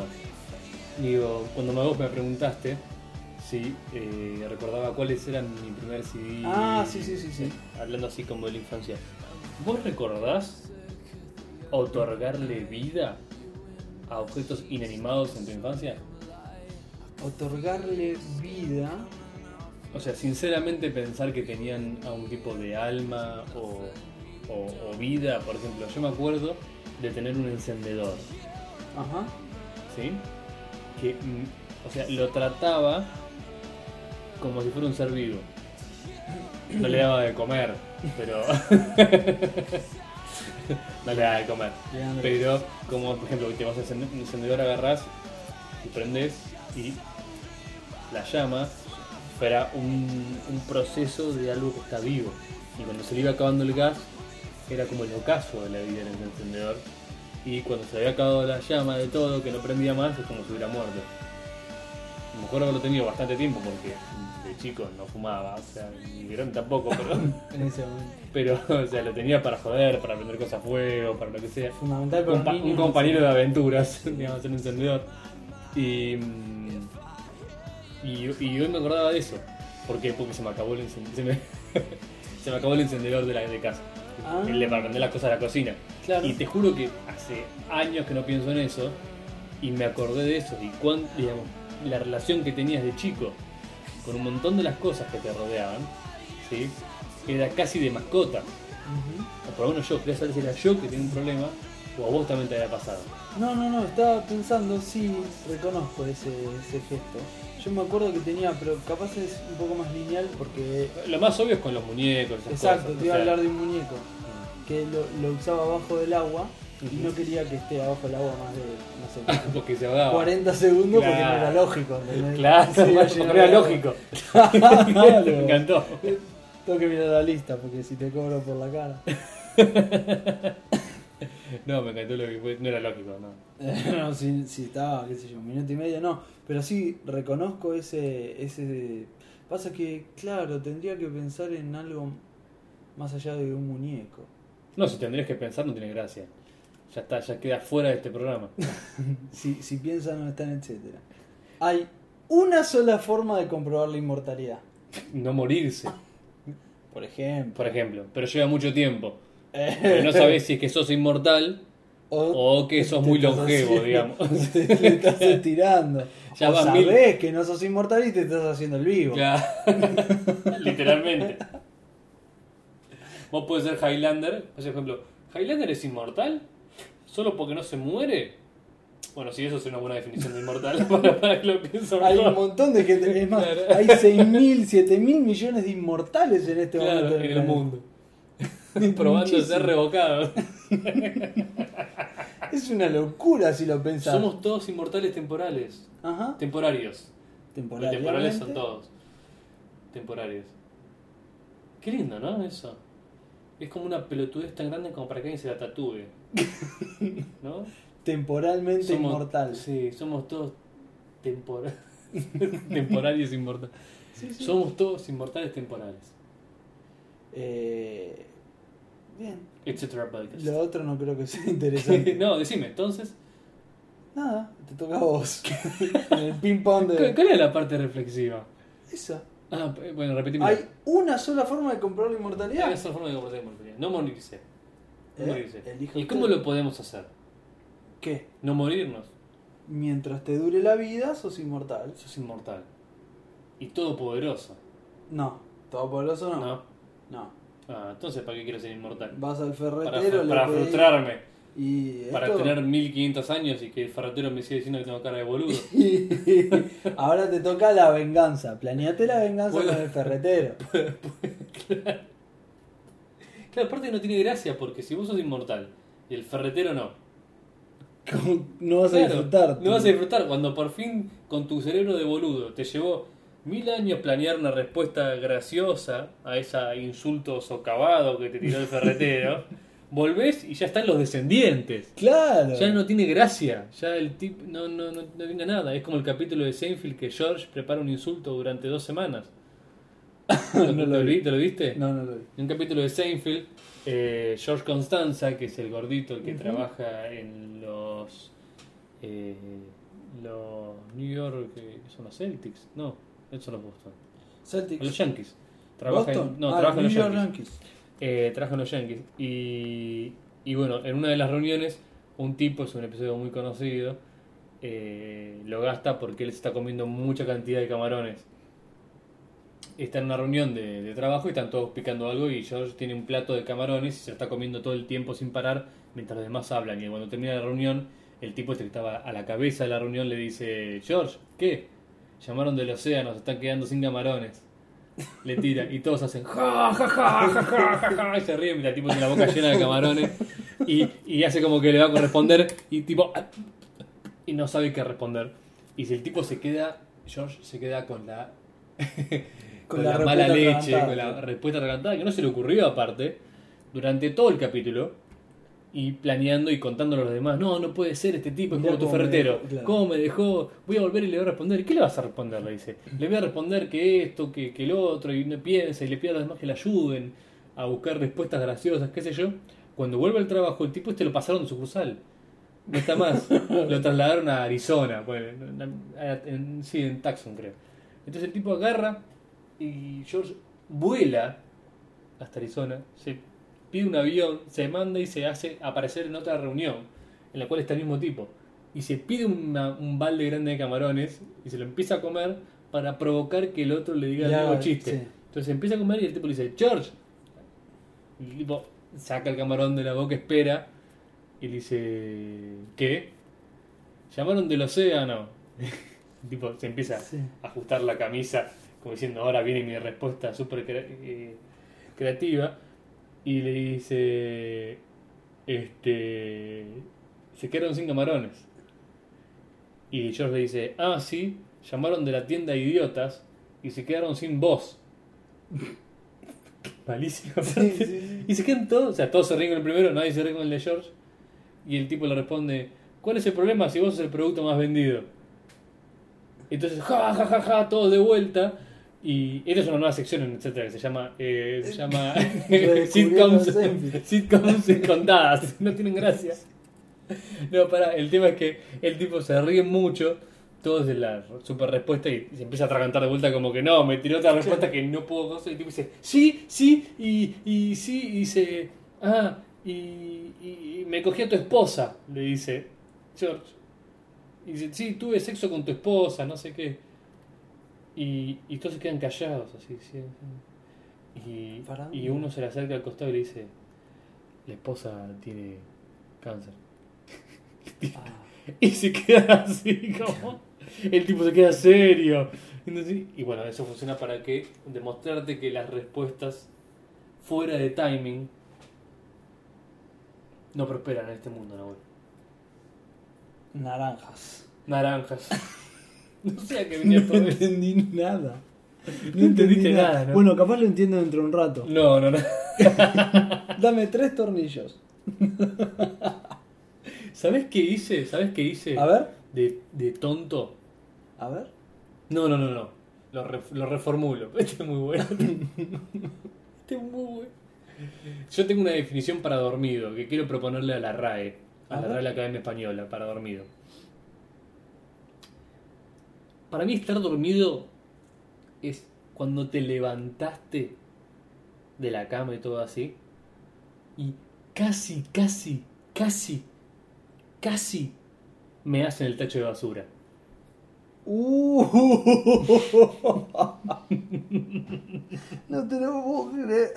Digo, cuando me- vos me preguntaste si eh, recordaba cuáles eran mi primer CD. Ah, sí, sí, sí, sí. Hablando así como de la infancia. ¿Vos recordás otorgarle vida a objetos inanimados en tu infancia? Otorgarle vida. O sea, sinceramente pensar que tenían algún tipo de alma o, o- o vida, por ejemplo, yo me acuerdo de tener un encendedor, Ajá. ¿sí? Que, mm, o sea, lo trataba como si fuera un ser vivo. No le daba de comer, pero... (laughs) no le daba de comer. Leandro. Pero, como por ejemplo, te vas a encender- un encendedor, agarrás y prendes y la llama fuera un, un proceso de algo que está vivo. Y cuando se le iba acabando el gas, era como el ocaso de la vida en ese encendedor. Y cuando se había acabado la llama de todo, que no prendía más, es como si hubiera muerto. A lo mejor haberlo tenido bastante tiempo porque de chico no fumaba, o sea, ni grande tampoco, pero, (laughs) En ese momento. pero o sea, lo tenía para joder, para prender cosas a fuego, para lo que sea Fundamental para compa- los un, niños. compañero de aventuras, digamos, en un encendedor. Y, mm, y, y hoy me acordaba de eso. ¿Por qué? Porque se me acabó el encendedor. Se me, (laughs) se me acabó el encendedor de la de casa. Ah. El de para prender las cosas de la cocina. Claro. Y te juro que hace años que no pienso en eso. Y me acordé de eso. Y cuán, digamos, la relación que tenías de chico con un montón de las cosas que te rodeaban, ¿sí? Era casi de mascota. Ujú. O por lo menos yo, quería saber si era yo que tenía un problema o a vos también te había pasado. No, no, no, estaba pensando, sí, reconozco ese, ese gesto. Yo me acuerdo que tenía, pero capaz es un poco más lineal porque. Lo más obvio es con los muñecos. Esas Exacto, cosas, te iba a o sea, hablar de un muñeco que lo, lo usaba abajo del agua y Ujú. no quería que esté abajo del agua más de, no sé, (laughs) Porque se ahogaba. 40 segundos porque no Claro. era lógico. ¿entendés? Claro, Sí, (laughs) iba a porque llenar era de agua. (laughs) lógico. Claro. Me encantó. Tengo que mirar la lista porque si te cobro por la cara. No, me encantó lo que fue. No era lógico, (laughs) no. no, si, si estaba, qué sé yo, un minuto y medio, no. Pero sí, reconozco ese. ese Pasa que, claro, tendría que pensar en algo más allá de un muñeco. No, si tendrías que pensar, no tiene gracia. Ya está, ya queda fuera de este programa. Si, si piensan, no están, etcétera. Hay una sola forma de comprobar la inmortalidad. No morirse, Por ejemplo. (laughs) por ejemplo. Pero lleva mucho tiempo. Eh, Porque (laughs) no sabés si es que sos inmortal o que sos te muy estás longevo, haciendo- digamos. (laughs) Te, te estás estirando. (laughs) Ya o vas sabés mil- que no sos inmortal y te estás haciendo el vivo. Claro. (laughs) Literalmente. Vos puedes ser Highlander. Por ejemplo, ¿Highlander es inmortal? ¿Solo porque no se muere? Bueno, sí, eso es una buena definición de inmortal. (laughs) Para, para que lo pienso Hay un mejor. montón de gente, es más, Claro. hay 6.000, 7.000 millones de inmortales en este Claro, momento. en del el planeta. mundo. (laughs) Probando Muchísimo. ser revocado. Es una locura si lo pensás. Somos todos inmortales temporales. Ajá. Temporarios. Los Temporales. temporales son todos. Temporarios. Qué lindo, ¿no? Eso. Es como una pelotudez tan grande como para que alguien se la tatúe. (laughs) ¿No? Temporalmente inmortal. Sí, somos todos tempora- (laughs) temporales inmortales. Somos todos inmortales temporales. Eh, bien. (laughs) Etcétera podcast. (laughs) Lo otro no creo que sea interesante. no, decime, entonces. Nada, te toca a vos. (laughs) en el ping-pong ¿Cuál de. cuál es la parte reflexiva? Esa. Ah, p- bueno, repetimos. Hay una sola forma de comprar la Hay inmortalidad. otra forma de comportarse como morirse. No morirse. No Eh, morirse. elijo ¿Y cómo usted. lo podemos hacer? ¿Qué? No morirnos. Mientras te dure la vida, sos inmortal. Sos inmortal. Y todopoderoso. No. Todopoderoso no. No. ¿No? Ah, entonces, ¿para qué quiero ser inmortal? Vas al Para, ferretero, le para pedís- frustrarme. Y Para esto- tener 1500 años y que el ferretero me siga diciendo que tengo cara de boludo. (laughs) Ahora te toca la venganza. Planeate la venganza Bueno. con el ferretero. Claro, aparte no tiene gracia porque si vos sos inmortal y el ferretero no. Como No vas a Claro, disfrutar. No vas a disfrutar. Cuando por fin con tu cerebro de boludo te llevó mil años planear una respuesta graciosa a ese insulto socavado que te tiró (laughs) el ferretero, volvés y ya están los descendientes. Claro. Ya no tiene gracia, ya el tip no, no, no, no viene a nada. Es como el capítulo de Seinfeld que George prepara un insulto durante dos semanas. (laughs) No lo ¿Te vi. ¿Te lo viste? No, no lo vi. En un capítulo de Seinfeld, eh, George Constanza, que es el gordito, el que trabaja en los. eh, los New York. eh, ¿Son los Celtics? No, esos son los Boston. Celtics. Los Yankees. Trabaja en- Boston. no, Ah, trabaja en New los York Yankees. Yankees. Eh, trabaja en los Yankees. Y, y bueno, en una de las reuniones, un tipo, es un episodio muy conocido, eh, lo gasta porque él se está comiendo mucha cantidad de camarones. Está en una reunión de, de trabajo y están todos picando algo y George tiene un plato de camarones y se lo está comiendo todo el tiempo sin parar mientras los demás hablan. Y cuando termina la reunión, el tipo este que estaba a la cabeza de la reunión le dice, George, ¿qué? Llamaron del océano, se están quedando sin camarones. Le tira y todos hacen ja ja ja ja ja ja ja", y se ríen mira el tipo tiene la boca llena de camarones y, y hace como que le va a corresponder y tipo "Ah", y no sabe qué responder. Y si el tipo se queda, George se queda con la con, la, mala respuesta leche, con atragantada. la respuesta recantada, que no se le ocurrió aparte, durante todo el capítulo, y planeando y contándolo a los demás, no, no puede ser este tipo, es Mirá como tu cómo me ferretero, dejó, claro. ¿cómo me dejó? Voy a volver y le voy a responder, ¿qué le vas a responder? Le dice, le voy a responder que esto, que, que lo otro, y no piensa, y le pide a los demás que le ayuden a buscar respuestas graciosas, qué sé yo. Cuando vuelve al trabajo, el tipo este lo pasaron de sucursal. No está (laughs) más. Lo trasladaron a Arizona. Bueno, en- en- sí, en Tucson creo. Entonces el tipo agarra y George vuela hasta Arizona, se pide un avión, se manda y se hace aparecer en otra reunión, en la cual está el mismo tipo. Y se pide una- un balde grande de camarones y se lo empieza a comer para provocar que el otro le diga el Ya, mismo chiste. sí. Entonces empieza a comer y el tipo le dice, George. Y el tipo saca el camarón de la boca, espera y le dice, ¿qué? Llamaron (laughs) del océano. El tipo se empieza Sí. (laughs) a ajustar la camisa, como diciendo, ahora viene mi respuesta súper crea- eh, creativa. Y le dice, este, se quedaron sin camarones. Y George le dice, ah, sí, llamaron de la tienda de idiotas y se quedaron sin voz. (laughs) Malísimo. Sí, aparte. sí, sí. Y se quedan todos, o sea, todos se ríen con el primero, nadie se ríe con el de George. Y el tipo le responde, ¿cuál es el problema si vos sos el producto más vendido? Entonces, ja, ja, ja, ja, todos de vuelta. Y esta es una nueva sección en etcétera que se llama, eh, se llama (laughs) Redescubriendo sitcoms, Seinfeld. sitcoms contadas, no tienen gracia. No, pará, el tema es que el tipo se ríe mucho, todos de la super respuesta y se empieza a atragantar de vuelta como que no, me tiró otra respuesta que no puedo cosa, y el tipo dice, sí, sí, y, y sí, y dice, ah, y, y- y me cogí a tu esposa, le dice George. Y dice, sí, tuve sexo con tu esposa, no sé qué. Y, y todos se quedan callados, así, sí, sí. Y, Parando. y uno se le acerca al costado y le dice, la esposa tiene cáncer. (laughs) Ah, Y se queda así, como. El tipo se queda serio. Entonces, y bueno, eso funciona para que demostrarte que las respuestas fuera de timing no prosperan en este mundo, Nahuel. naranjas. Naranjas. (laughs) No sé a qué venía No todo esto. entendí nada. No No entendiste entendí nada. nada, ¿no? Bueno, capaz lo entiendo dentro de un rato. No, no, no. Dame tres tornillos. ¿Sabes qué hice? ¿Sabes qué hice? A ver, De, de tonto. a ver. No, no, no, no. Lo, ref- lo reformulo. (laughs) Este es muy bueno. Este es muy bueno. Yo tengo una definición para dormido que quiero proponerle a la RAE, a A la ver. RAE, la Academia Española, para dormido. Para mí estar dormido es cuando te levantaste de la cama y todo así. Y casi, casi, casi, casi me hacen el tacho de basura. Uh. (laughs) No te lo puedo creer.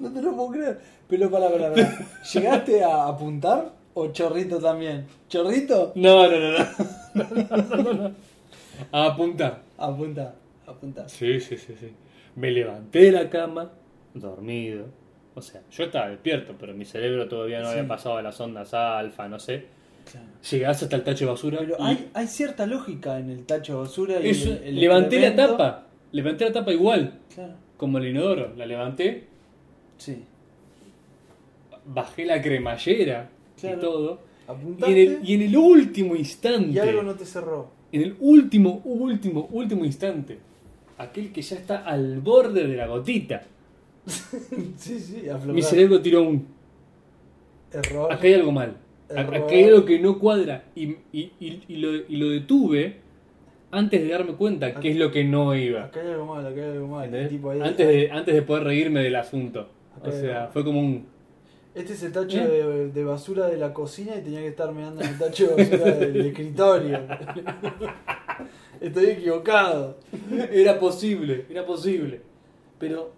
No te lo puedo creer. Pero para, para, para. ¿Llegaste a apuntar o chorrito también? ¿Chorrito? No, no, no, no. No, no, no, (laughs) no. Apunta. Apunta, apunta. Sí, sí, sí, sí. Me levanté de la cama, dormido. O sea, yo estaba despierto, pero mi cerebro todavía no Sí. había pasado a las ondas alfa, no sé. Llegás hasta el tacho de basura. Pero y- hay, hay cierta lógica en el tacho de basura y Eso, el, el levanté la excremento. tapa. Levanté la tapa igual, Claro, como el inodoro. La levanté, sí. bajé la cremallera Claro. y todo. Y Apuntaste en, y, el, y en el último instante, algo no te cerró. en el último, último, último instante, aquel que ya está al borde de la gotita, (laughs) Sí, sí, mi aflojar. cerebro tiró un. Error. Acá hay algo mal. A- Error. Acá hay algo que no cuadra. Y, y- y- y lo, y lo detuve antes de darme cuenta que es lo que no iba. Acá hay algo mal, acá hay algo mal. El ¿Entendés? tipo ahí- Antes de, antes de poder reírme del asunto. Acá O hay sea, algo. fue como un. Este es el tacho ¿Eh? de, de basura de la cocina y tenía que estar meando en el tacho de basura del escritorio. (laughs) Estoy equivocado. (laughs) (laughs) Era posible, era posible. Pero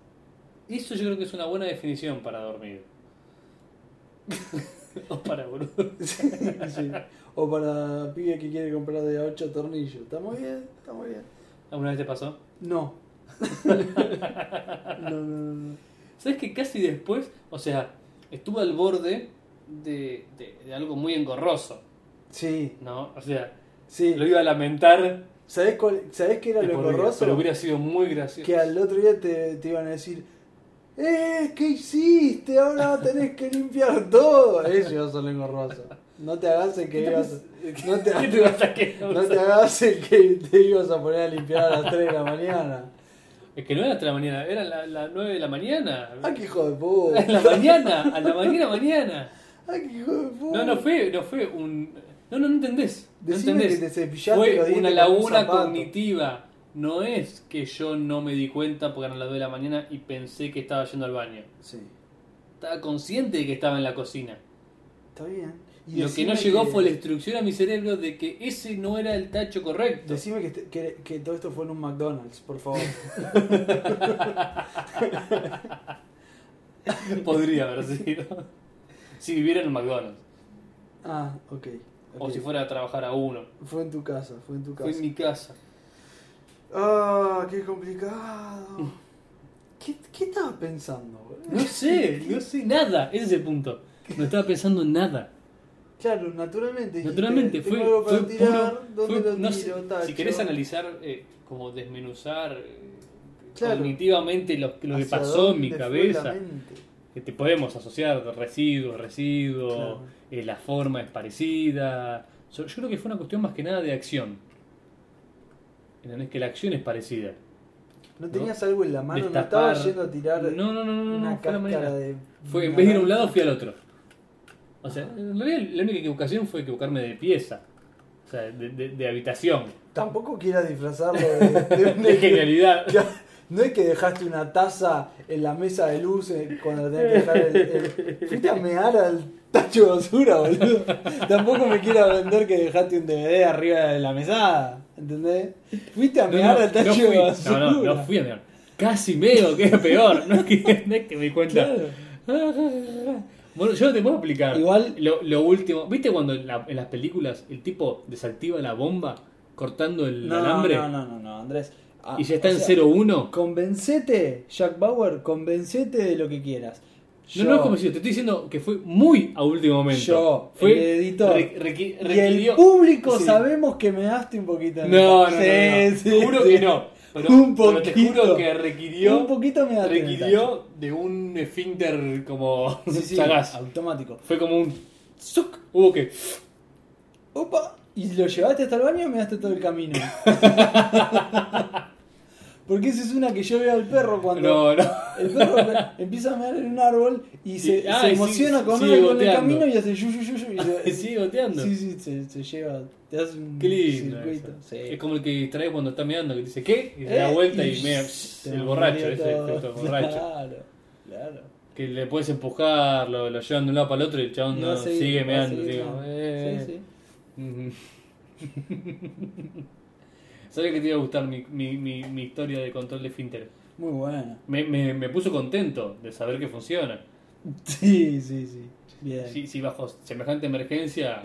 eso yo creo que es una buena definición para dormir. (laughs) o para boludo. Sí, sí. O para pibe que quiere comprar de a 8 tornillos. ¿Estamos bien? ¿Estamos bien? ¿Alguna vez te pasó? No. (laughs) No, no, no, no. ¿Sabes que casi después, o sea, estuve al borde de, de- de algo muy engorroso, Sí, ¿no? O sea, sí. lo iba a lamentar. ¿Sabés, cuál- sabés qué era de lo por vida, engorroso? pero hubiera sido muy gracioso. Que al otro día te, te iban a decir, ¡eh! ¿Qué hiciste? Ahora tenés que (laughs) limpiar todo. Ellos son engorrosos. No te hagas el que ibas a- no te, (laughs) (laughs) ¿Qué te vas a quejar? no te hagas el que te ibas a poner a limpiar a las 3 de la (laughs) mañana. Es que no era hasta la mañana, era la- las 9 de la mañana. ¡Ah, qué hijo de (laughs) A la puta! mañana, a la mañana, mañana. ¡Ah, qué hijo de puta! No, no fue, no fue un. No, no, no entendés. No Decime entendés. que te cepillaste los Fue dientes una con un laguna zapato. cognitiva. No es que yo no me di cuenta porque eran las 2 de la mañana y pensé que estaba yendo al baño. Sí, Estaba consciente de que estaba en la cocina. está bien. Y Lo que decime no llegó fue la instrucción a mi cerebro de que ese no era el tacho correcto. Decime que, te- que, que todo esto fue en un McDonald's, por (laughs) favor. Podría haber sido. (laughs) si viviera en un McDonald's. Ah, ok. O ok. si fuera a trabajar a uno. Fue en tu casa, fue en tu casa. Fue en mi casa. Ah, qué complicado. ¿Qué, qué estabas pensando? boludo? No sé, no sé nada. Ese es el punto. No estaba pensando en nada. Claro, naturalmente. dijiste, Naturalmente, tengo fue, algo para fue tirar, puro- ¿dónde fue- lo no tiro? sé, Tacho. si querés analizar, eh, como desmenuzar eh, Claro. cognitivamente lo, lo que ¿Hacia pasó en mi dónde fue la cabeza, mente? que te podemos asociar residuos, residuos, Claro. eh, la forma es parecida. So- yo creo que fue una cuestión más que nada de acción. ¿Entendés? Que la acción es parecida. ¿No tenías algo en la mano? ¿No Destapar- estabas yendo a tirar No, no, no, no, no, una fue la manera. cáscara de... Fue, en una vez de ir a un naranja? lado, fui al otro. O sea, en realidad la única equivocación fue equivocarme de pieza. O sea, de, de- de habitación. (laughs) Tampoco quieras disfrazarlo de, (laughs) de una- De genialidad. No es que dejaste una taza en la mesa de luz eh, cuando tenés que dejar el, el- Fuiste a mear al tacho de basura, boludo. Tampoco me quiera vender que dejaste un DVD arriba de la mesada, ¿entendés? Fuiste a No, mear no, al tacho no fui, de basura. No, no, no fui a mear. Casi meo, que era peor. No (laughs) es que, no es que me di cuenta. Claro. Bueno, yo no te puedo explicar. Igual- Lo, lo último. ¿Viste cuando en, la- en las películas el tipo desactiva la bomba cortando el No, alambre? no, no, no, no, Andrés. Ah, Y ya está o en sea, 0-1. Convencete, Jack Bauer, convencete de lo que quieras. No, Yo- no es como si te estoy diciendo que fue muy a último momento. Yo, fue el editor. re- requi- Y el requirió- público Sí. sabemos que me daste un poquito. de No, no, no, neta. no, Sí, no. sí, juro sí. que no. Pero, Un pero te poquito. juro que requirió. un poquito me da requirió de un esfínter como Sí, sí, sagaz. automático. Fue como un zuc. Hubo que. (laughs) Opa, y lo llevaste hasta el baño y me daste todo el camino. Porque esa es una que yo veo al perro cuando. (laughs) No, no. El perro empieza a mear en un árbol y se, Y- ah, se y emociona sigue- con algo sigue en el goteando. camino y hace yu, yu, yu, (laughs) yu, y se- Sigue goteando. Sí, sí, se, se lleva. Te hace un Qué lindo circuito. eso. Sí. Es como el que distrae cuando está meando, que dice ¿qué? Y se da Eh, vuelta y, y (laughs) mea. se El borracho, murió ese todo. efecto (laughs) borracho. Claro, claro. Que le puedes empujar, lo, lo llevan de un lado para el otro y el chabón Y no, va a seguir, sigue va a meando. seguir, digo, claro. eh. Sí, sí. (laughs) Ujú. Sabes que te iba a gustar mi, mi, mi, mi historia de control de finter. Muy buena. Me, me, me puso contento de saber que funciona. (laughs) Sí, sí, sí. Bien. Si, si bajo semejante emergencia,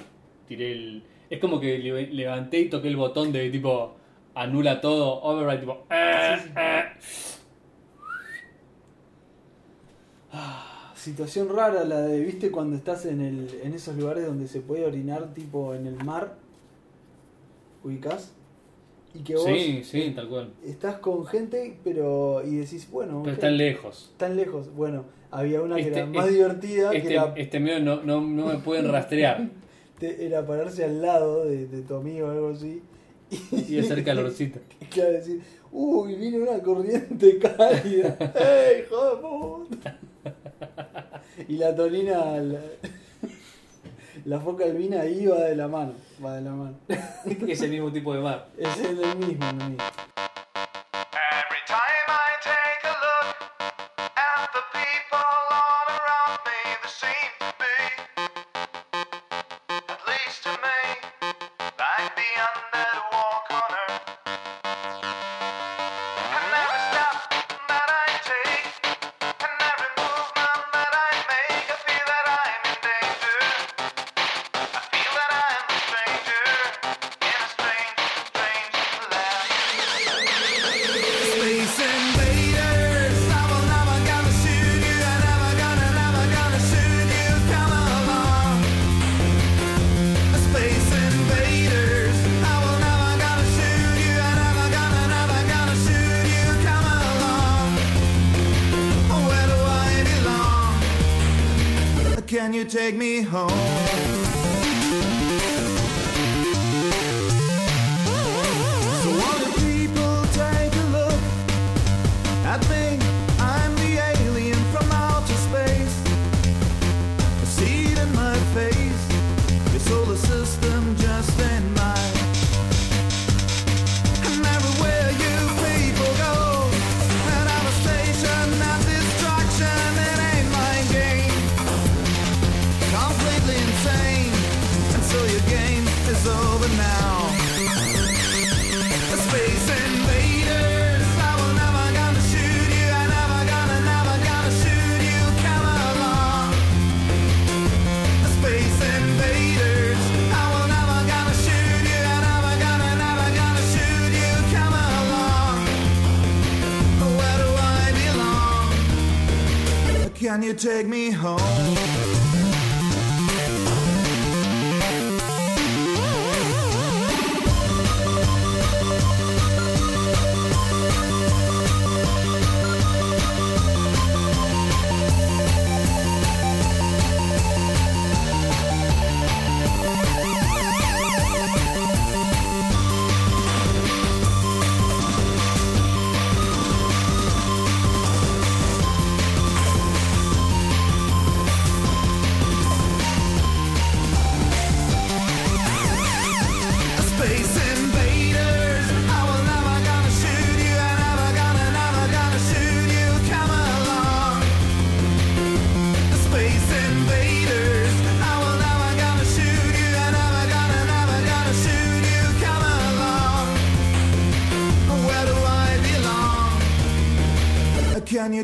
tiré el. Es como que le- levanté y toqué el botón de tipo anula todo, override, tipo. "Ah, ah". Situación rara la de, viste, cuando estás en, el, en esos lugares donde se puede orinar, tipo en el mar, ubicás, y que vos Sí, sí, tal cual. estás con gente, pero. y decís, bueno, Pero ok, están lejos. están lejos. Bueno, había una Este- que era más este- divertida, que Este, era, este miedo no, no, no me pueden (laughs) rastrear te- era pararse al lado de, de tu amigo o algo así. y hacer calorcito. Y claro, decir, uy, viene una corriente (laughs) cálida. ¡Ey, hijo de puta! Y la tolina, la, (laughs) la foca albina ahí va de la mano, va de la mano. (laughs) es el mismo tipo de mar. Es el mismo, el mismo. Every time I take a look at the people all around me, there seem to be, at least to me, light beyond that wall corner. And every step that I take, and every movement that I make, I feel that I'm in danger. I feel that I'm a stranger in a strange, strange land. Space invaders, I will never gonna shoot you. I never gonna, never gonna shoot you. Come along. Space invaders, I will never gonna shoot you. I never gonna, never gonna shoot you. Come along. Where do I belong? Can you take me home? So all the people take a look at me. I'm the alien from outer space. I see it in my face. The solar system just ain't mine. And everywhere you people go, an devastation and destruction. It ain't my game. Completely insane. And so your game is over now. Space invaders, I will never gonna shoot you. I never gonna, never gonna shoot you. Come along. Space invaders, I will never gonna shoot you. I never gonna, never gonna shoot you. Come along. Where do I belong? Can you take me home? Space invaders, I will never gonna shoot you. I never gonna, never gonna shoot you. Come along. Space invaders, I will never gonna shoot you. I never gonna, never gonna shoot you. Come along. Where do I belong? Can you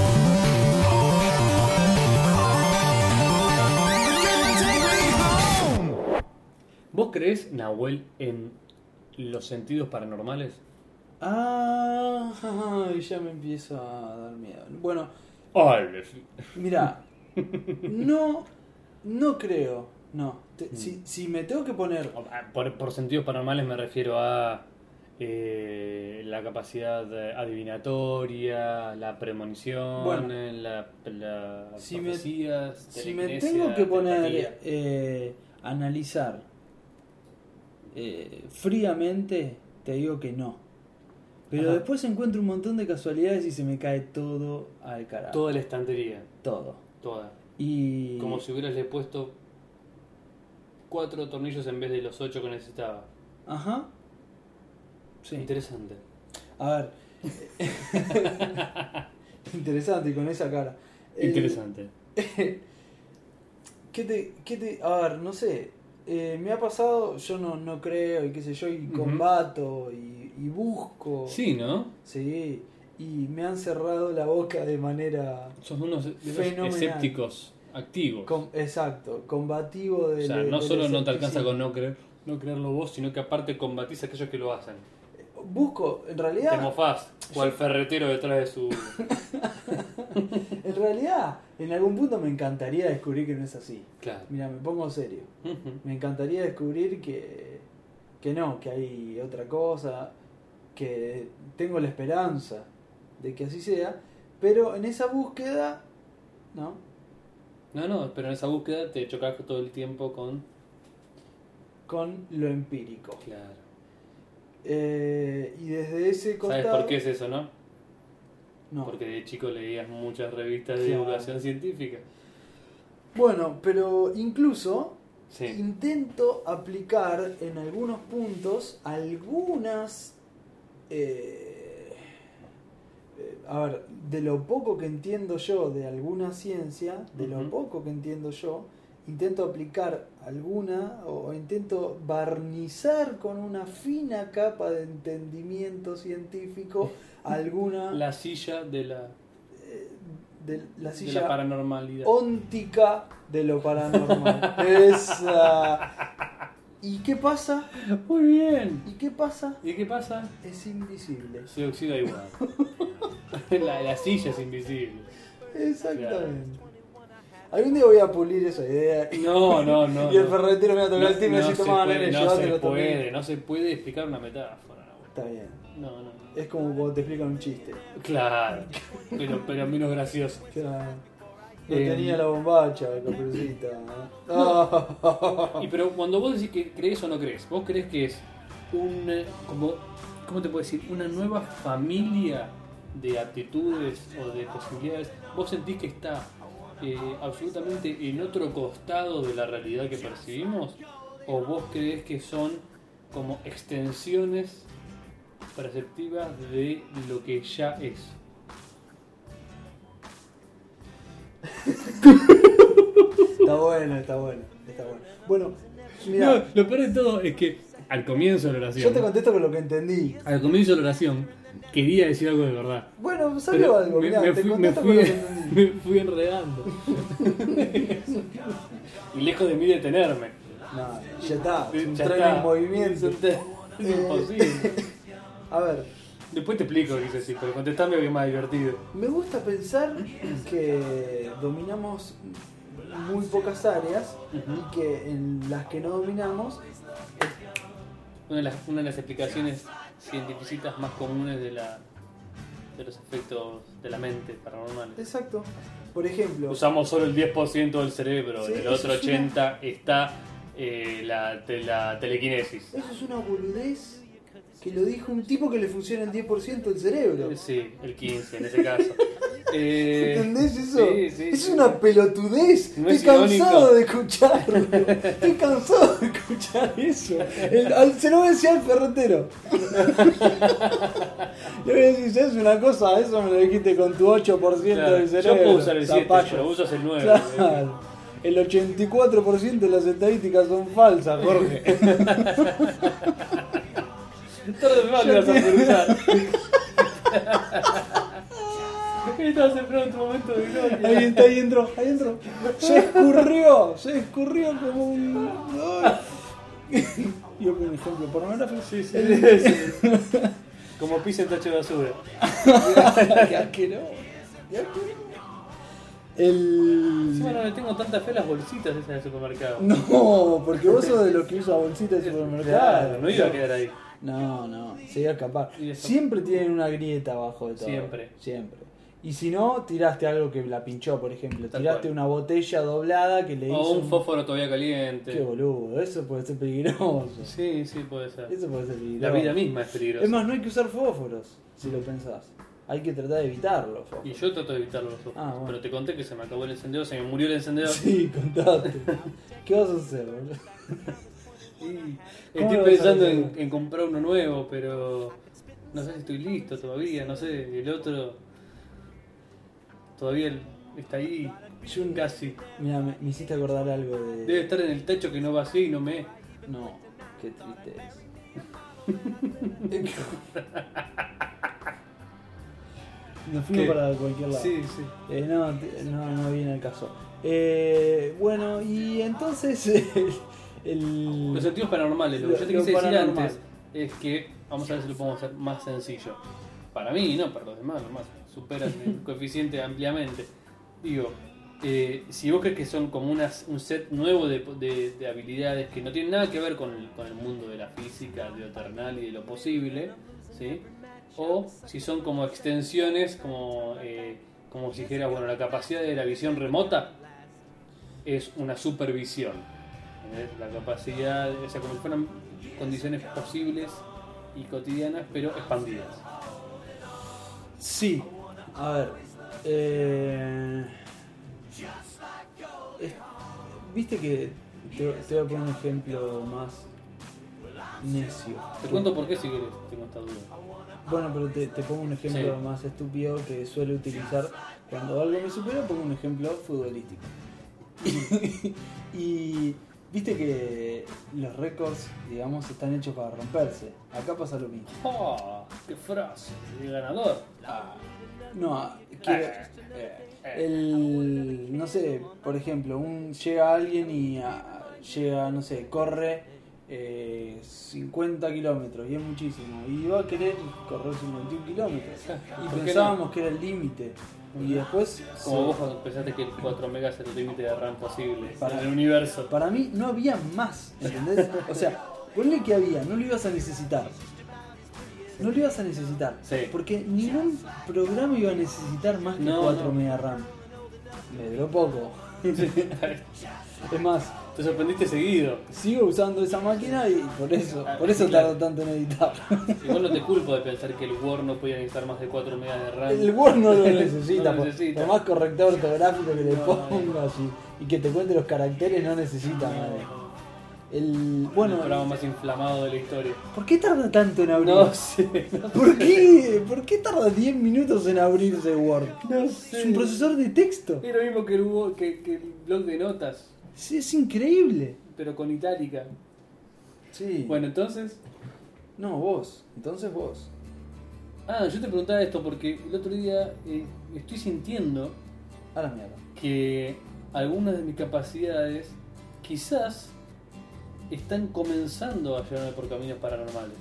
Can you take me home? ¿Vos crees, Nahuel, en los sentidos paranormales? Ah, (laughs) y ya me empiezo a dar miedo. Bueno, Ay, (laughs) mira, no, no creo, no. Te- si, si me tengo que poner, Mm. Por, por sentidos paranormales me refiero a eh, la capacidad eh, adivinatoria, la premonición, Bueno. eh, la, la Si me- profecías, si me telequinesia, tengo que telepatía. poner, eh, analizar eh, fríamente, te digo que no. Pero Ajá. después encuentro un montón de casualidades y se me cae todo al carajo. Toda la estantería, Todo. toda. Y Como si hubieras le puesto cuatro tornillos en vez de los ocho que necesitaba. Ajá. Sí. Interesante. A (laughs) ver. (laughs) Interesante y con esa cara. Eh, Interesante. ¿qué te, qué te- a ver, no sé. Eh, me ha pasado, yo no, no creo y qué sé yo, y Ujú. combato y, y busco. Sí, ¿no? Sí. Y me han cerrado la boca de manera... Son unos de esos Fenomenal. escépticos activos. com- exacto, combativo o de... sea, no del solo no te alcanza escepticismo. con no creer, no creerlo vos, sino que aparte combatís a aquellos que lo hacen. Busco, en Te realidad... mofás, o al ferretero detrás de su. (laughs) En realidad, en algún punto me encantaría descubrir que no es así. Claro. Mira, me pongo serio. Ujú. Me encantaría descubrir que, que no, que hay otra cosa, que tengo la esperanza de que así sea, pero en esa búsqueda, ¿no? No, no, pero en esa búsqueda te chocas todo el tiempo con. Con lo empírico. Claro. Eh, y desde ese ¿Sabes costado... por qué es eso, no? No. Porque de chico leías muchas revistas de Claro. educación científica. Bueno, pero incluso Sí. intento aplicar en algunos puntos algunas... eh, eh, a ver, de lo poco que entiendo yo de alguna ciencia, de lo Ujú. poco que entiendo yo, intento aplicar alguna o intento barnizar con una fina capa de entendimiento (laughs) científico alguna La silla de la, eh, de la de la silla Oh. paranormalidad. óntica de lo (laughs) paranormal. Esa. ¿Y qué pasa? Muy bien. ¿Y qué pasa? ¿Y qué pasa? Es invisible. Se oxida (laughs) igual. la, la silla es invisible. Exactamente. Algún día voy a pulir esa idea. Y, No, no, no. y el no. ferretero me va a tocar el No- timbre y no decir, se toma, puede, nene, No se llévatelo también". puede, no se puede explicar una metáfora. Está bien. No, no. Es como cuando te explican un chiste. Claro, pero, pero menos gracioso. Claro. No Eh, tenía la bombacha, la caperucita. (laughs) Ah. Y pero cuando vos decís que crees o no crees, vos crees que es una, como, ¿cómo te puedo decir? Una nueva familia de aptitudes o de posibilidades. Vos sentís que está eh, absolutamente en otro costado de la realidad que percibimos, o vos crees que son como extensiones perceptivas de lo que ya es. (laughs) Está bueno, está bueno. Está bueno. Bueno, mira, No, lo peor de todo es que al comienzo de la yo oración, te contesto con lo que entendí. al comienzo de la oración, quería decir algo de verdad. Bueno, salió Pero algo, me, mirá, me te fui, me contesto fui- con lo que (laughs) entendí. me fui enredando. y lejos de mí detenerme. No, ya está, es un Ya tren está. en movimiento. Es un tren- es imposible. A ver, Después te explico lo que hice así, pero contestame que es más divertido. me gusta pensar que dominamos muy pocas áreas y que en las que no dominamos, Una de las, una de las explicaciones científicas más comunes de la de los efectos de la mente paranormales. exacto. Por ejemplo, Usamos solo el 10% del cerebro, Sí, en el eso otro es una- 80% está eh, la, te- la telequinesis. eso es una boludez que lo dijo un tipo que le funciona el 10% del cerebro. Sí, el 15 en (laughs) ese caso. Eh, ¿Entendés eso? sí, sí, es sí. una pelotudez. No es Estoy cansado irónico. de escucharlo. Estoy cansado de escuchar eso. El- al- se lo voy a decir al ferretero. (laughs) Le voy a decir, es una cosa, eso me lo dijiste con tu 8% Claro, del Yo cerebro. puedo usar el 7, zapallo. pero usas el 9. Claro. El 84% de las estadísticas son falsas, Jorge. Tarde o temprano te vas a preguntar. (laughs) (laughs) Estás en tu momento de (laughs) gloria. Ahí está, ahí entró, ahí entró. Se escurrió, se escurrió como un. (laughs) Ay. Yo con un ejemplo pornográfico. Sí, sí, sí. Como pisa el tacho de basura. Qué asqueroso. Encima no El... le tengo tanta fe a las bolsitas esas del supermercado. No, porque vos sos de los que usa bolsita de supermercado. Claro, no iba a quedar ahí. No, no, se iba a escapar. Y eso- Siempre tienen una grieta abajo de todo. Siempre. Siempre. Y si no, tiraste algo que la pinchó, por ejemplo. Tal tiraste cual. una botella doblada que le hizo. O un fofo fósforo todavía Qué caliente. boludo, eso puede ser peligroso. Sí, sí, puede ser. Eso puede ser peligroso. La vida misma es peligrosa. Es más, no hay que usar fósforos, si lo pensás. Hay que tratar de evitarlo. Y yo trato de evitarlo los ojos. Ah, bueno. Pero te conté que se me acabó el encendedor, se me murió el encendedor. Sí, contaste. ¿Qué vas a hacer, boludo? Y ¿Cómo Estoy lo vas a pensando hacer? en, en comprar uno nuevo, pero no sé si estoy listo todavía, no sé, el otro todavía el- está ahí, Yo- casi. Mira, me, me hiciste acordar algo de. Debe estar en el techo que no va así y no me... No, qué triste (laughs) es. Nos fuimos ¿Qué? para cualquier lado. Sí, sí. Eh, no, te- no, no viene el caso. Eh, bueno, y entonces (laughs) el. el- Los sentidos paranormales, lo que Lo- yo te lo quise decir paranormal. antes es que, vamos a ver si lo podemos hacer más sencillo. Para mí, no, para los demás, nomás superan el coeficiente ampliamente. Digo, eh, si vos crees que son como unas, un set nuevo de, de- de habilidades que no tienen nada que ver con el, con el mundo de la física, de lo terrenal y de lo posible, ¿sí? O si son como extensiones, como, eh, como si dijera, bueno, la capacidad de la visión remota es una supervisión. ¿entendés? La capacidad, o sea, como si fueran condiciones posibles y cotidianas, pero expandidas. Sí, a ver. eh, es- Viste que. Te, te voy a poner un ejemplo más necio. Te cuento por qué si querés, tengo esta duda. Bueno, pero te, te pongo un ejemplo Sí. más estúpido que suelo utilizar cuando algo me supera, pongo un ejemplo futbolístico. (laughs) y viste que los récords, digamos, están hechos para romperse. Acá pasa lo mismo. ¡Oh! ¡Qué frase! ¡El ganador! No, ah, quiero- eh, el, no sé, por ejemplo, un, llega alguien y ah, llega, no sé, corre eh, 50 kilómetros, y es muchísimo, y va a querer correr 51 kilómetros. ¿Por Y qué no? pensábamos que era el límite, y después, Como se- vos cuando pensaste que el 4 megas era el límite de RAM posible Para- en el universo. para mí no había más, ¿entendés? O sea, ponle que había, no lo ibas a necesitar. No lo ibas a necesitar. Sí. Porque ningún programa iba a necesitar más que No, 4 no. mega RAM. Me duró (laughs) poco. es más, Te sorprendiste seguido. sigo usando esa máquina y por eso, Ah, por eso claro. tardo tanto en editar. Igual no te culpo de pensar que el Word no podía necesitar más de 4 megas de RAM. El Word no (laughs) lo necesita, Ah, No por- necesita. por, más corrector ortográfico que le No, pongas y, y que te cuente los caracteres, no necesita. madre. El, Bueno, eh, bueno, el programa más inflamado de la historia. ¿por qué tarda tanto en abrir? (laughs) No sé, no ¿Por qué? ¿Por qué tarda 10 minutos en abrirse Word? No Es un procesor de texto. Es lo mismo que el, Word- que- que el blog de notas, Sí, es increíble. pero con itálica. Sí. Bueno, entonces. No, vos. Entonces vos. Ah, yo te preguntaba esto porque el otro día eh, estoy sintiendo A la mierda. que algunas de mis capacidades quizás están comenzando a llevarme por caminos paranormales.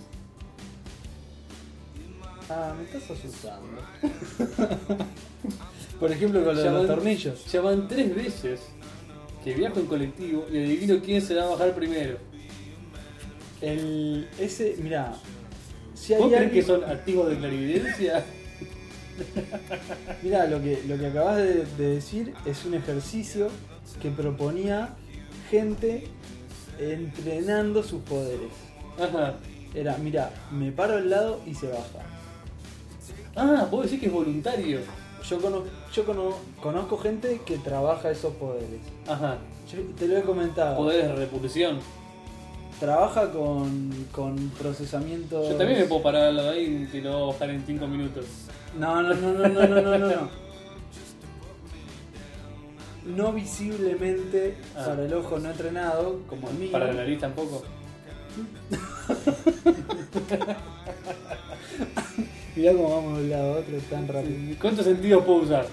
Ah, me estás asustando. (laughs) Por ejemplo, con lo de Ya los van- tornillos. Ya van tres veces que viajo en colectivo y adivino quién se la va a bajar primero. El. Ese. Mirá. Si hay ¿Vos crees alguien. que son activos de clarividencia? Mirá, lo que, lo que acabas de, de decir es un ejercicio que proponía gente entrenando sus poderes. Ajá. Era, mirá, me paro al lado y se baja. Ah, vos decís que es voluntario. Yo, cono- yo cono- conozco gente que trabaja esos poderes. Ajá. Yo te lo he comentado. Poderes de repulsión. Trabaja con, con procesamiento. Yo también me puedo parar al lado ahí y te lo voy a bajar en 5 minutos. No, no, no, no, no, no, no, no. No, No visiblemente Ah. para el ojo no entrenado, como el mío. Para la nariz tampoco. Mirá cómo vamos de un lado a otro tan rápido. ¿Cuántos sentidos puedo usar?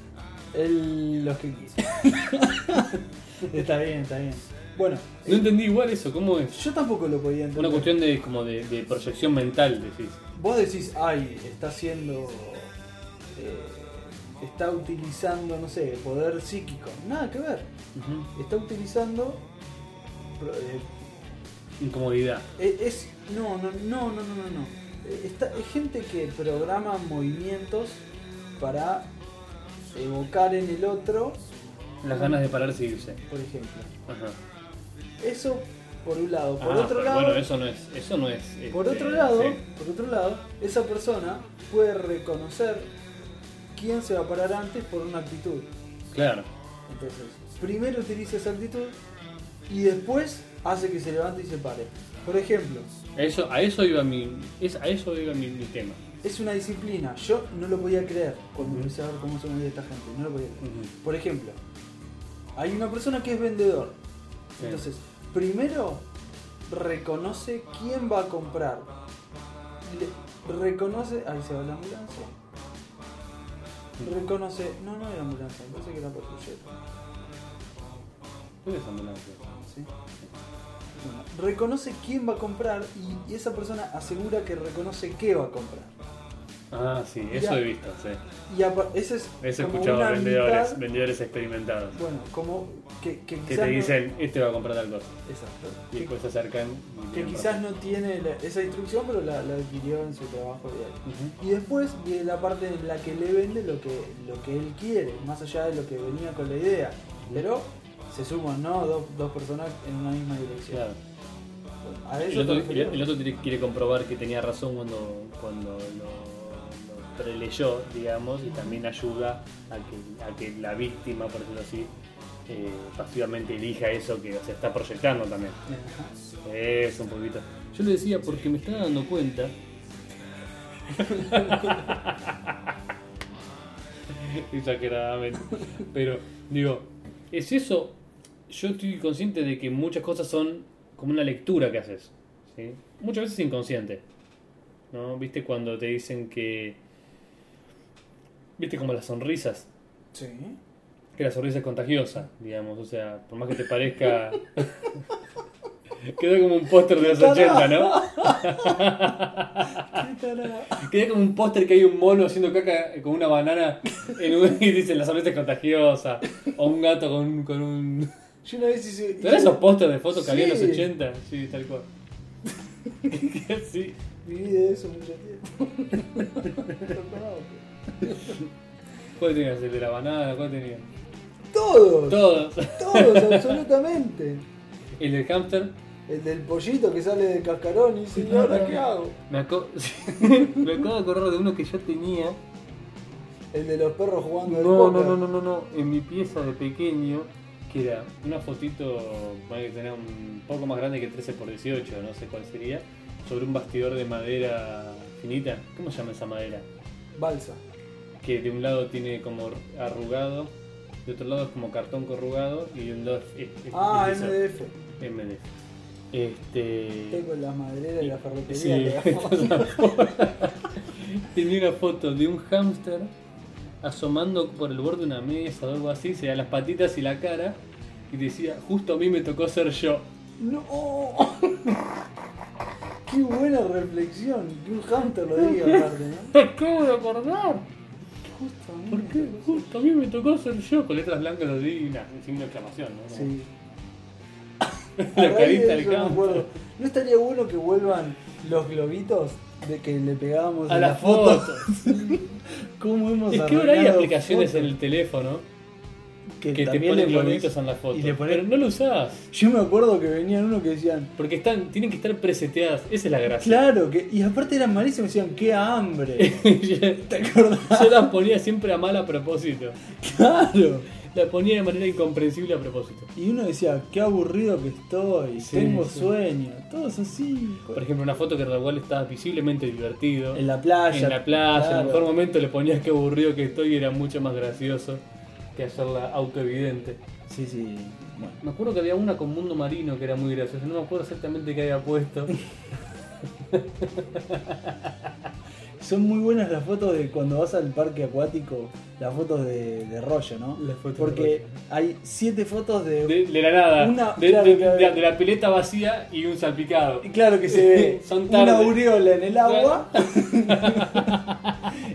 (laughs) El, los que quise. está bien, está bien. Bueno, No entendí igual eso, ¿cómo es? yo tampoco lo podía entender. Una cuestión de como de, de proyección mental, decís. Vos decís, ay, está haciendo. eh, está utilizando, no sé, poder psíquico. Nada que ver. Está utilizando. pro- eh, Incomodidad. eh, es. No, no, no, no, no, no. no. Eh, Está, es gente que programa movimientos para evocar en el otro, Las ganas de pararse y irse. por ejemplo. Ajá. Eso por un lado. Por Ah, otro pero lado. Bueno, eso no es. Eso no es Por este, otro lado, sí. por otro lado, esa persona puede reconocer quién se va a parar antes por una actitud. Claro. Entonces, primero utiliza esa actitud y después hace que se levante y se pare. Por ejemplo, Eso, a eso iba mi. Es, a eso iba mi, mi tema. es una disciplina. Yo no lo podía creer cuando empecé a ver cómo se movía esta gente. No lo podía creer. Por ejemplo, hay una persona que es vendedor. Sí. Entonces, primero reconoce quién va a comprar. Le- reconoce. Ahí se va la ambulancia. Reconoce. No, no era ambulancia, me parece que era patrullero. ¿Dónde es ambulancia? ¿sí? Bueno, reconoce quién va a comprar y, y esa persona asegura que reconoce qué va a comprar. Ah, sí, eso Ya. he visto, sí. Y apa- ese es. Eso he como escuchado una a vendedores, habilidad- vendedores experimentados. Bueno, como. Que, que Que quizás te no- dicen, este va a comprar tal cosa. Exacto. Y Que- después se acercan. y que tienen quizás razón. no tiene la- esa instrucción, pero la, la adquirió en su trabajo diario. Ujú. Y después viene la parte en la que le vende lo que, lo que él quiere, más allá de lo que venía con la idea. Pero se suman, ¿no? Dos, dos personas en una misma dirección. Claro. Bueno, A El eso te otro, el- el refería. otro tiene- quiere comprobar que tenía razón cuando, cuando lo, lo preleyó, digamos, y también ayuda a que, a que la víctima, por decirlo así, eh, pasivamente elija eso que se está proyectando también. Ajá. Es un poquito. Yo le decía porque me estaba dando cuenta. (laughs) Exageradamente. Pero, digo, es eso. Yo estoy consciente de que muchas cosas son como una lectura que haces. ¿sí? Muchas veces inconsciente. ¿No? ¿Viste cuando te dicen que. ¿Viste como las sonrisas? (laughs) Sí. que la sonrisa es contagiosa, digamos, o sea, por más que te parezca... Quedó como un póster de los 80, ¿no? ¿Qué tarado? Quedó como un póster que hay un mono haciendo caca con una banana en un- y dice la sonrisa es contagiosa, o un gato con, con un... Yo una vez (laughs) hice. ¿No eran esos pósters de fotos que había en los Sí. 80? Sí, tal cual. (laughs) sí. Viví de eso mucho tiempo. (laughs) Tarado. ¿Cuál tenías? ¿El de la banana? ¿Cuál tenías? todos, todos, Todos. absolutamente. ¿El del hámster? El del pollito que sale del cascarón y dice, ¿y ahora qué hago? Me, aco- (laughs) me acabo de acordar de uno que yo tenía. El de los perros jugando al No, no, póker. no, no, no, no. En mi pieza de pequeño, que era una fotito, vale, que tenía un poco más grande que 13x18, no sé cuál sería, sobre un bastidor de madera finita. ¿Cómo se llama esa madera? Balsa. Que de un lado tiene como arrugado, de otro lado es como cartón corrugado y de un lado es. es- es Ah, liso. MDF. MDF. Este. Estoy con las madereras y la Sí, ferretería. (laughs) esa foto. Tenía una foto de un hámster asomando por el borde de una mesa o algo así, se da las patitas y la cara y decía, justo a mí me tocó ser yo. (laughs) ¡No! (laughs) ¡Qué buena reflexión! Que un hamster lo diga aparte, ¿no? Acabo de acordar. Justo a mí (laughs) ¿Por me qué? tocó. Justo a mí me tocó ser yo. Con letras blancas así, una, sin una exclamación, ¿no? Como Sí. A (laughs) La raíz de carita del eso me acuerdo. hámster. ¿No estaría bueno que vuelvan los globitos de que le pegábamos A en las fotos. (laughs) ¿Cómo hemos Es que ahora hay arruinado aplicaciones fotos? en el teléfono que, que te también ponen le ponés- globitos en las fotos. y le ponés- Pero no lo usás. Yo me acuerdo que venían uno que decían, Porque están, tienen que estar preseteadas. Esa es la gracia. (laughs) claro, que y aparte eran malísimos, decían, ¡qué hambre! yo, (laughs) ¿Te acordás? (laughs) yo las ponía siempre a mal a propósito. Claro. Las ponía de manera incomprensible a propósito. Y uno decía, qué aburrido que estoy, Sí, tengo sí. sueño, todos así. Por ejemplo, una foto que en la cual estabas visiblemente divertido. En la playa. En la playa, en claro. el mejor momento le ponías qué aburrido que estoy y era mucho más gracioso que hacerla autoevidente. Sí, sí. Bueno. Me acuerdo que había una con Mundo Marino que era muy graciosa, no me acuerdo exactamente qué había puesto. Son muy buenas las fotos de cuando vas al parque acuático, las fotos de, de rollo, ¿no? Las fotos de Porque rollo. hay siete fotos de... De, de la nada. Una- de, claro, de- claro. de- de la pileta vacía y un salpicado. Y Claro que (laughs) se ve Son tarde. una aureola en el (laughs) agua. (laughs)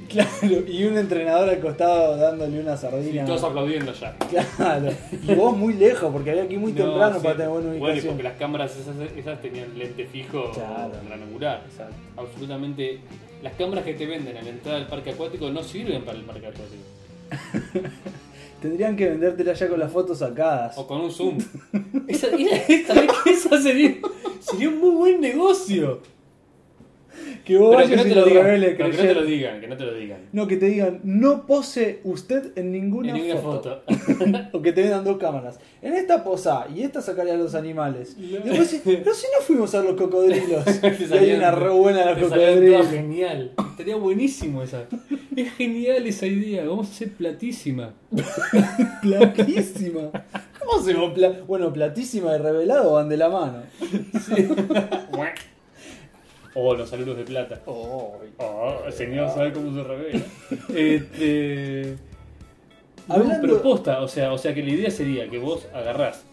claro, y un entrenador al costado dándole una Y sardina. todos aplaudiendo ya. Claro, y vos muy lejos, porque había que ir muy No, temprano sí. para tener buena Bueno, y ubicación. porque las cámaras esas, esas tenían lente fijo Claro. gran angular. O sea, absolutamente. Las cámaras que te venden a la entrada del parque acuático no sirven para el parque acuático. Tendrían que vendértela ya con las fotos sacadas. O con (laughs) un zoom. esa, esa- ¿sabés qué? (laughs) Esa sería, sería un muy buen negocio. Que vos Pero que vayas no y te lo los digan. niveles pero que no crecer- te lo digan, que no te lo digan. No, que te digan, no pose usted en ninguna, En ninguna foto. (laughs) o que te vendan dos cámaras. En esta posa y esta sacaría a los animales. Y No. después, decís, pero si no fuimos a los (laughs) cocodrilos. (laughs) Te y hay salían- una re buena de te los salían todas cocodrilos. genial. Estaría buenísimo esa. Es genial esa idea. Vamos a hacer platísima. (laughs) Platísima. ¿Cómo se llama? pla- Bueno, platísima y revelado van de la mano. O los saludos de plata. Oh, señor, sabe cómo se revela. (laughs) este. no, Hablando- pero posta, o sea, o sea que la idea sería que vos agarrás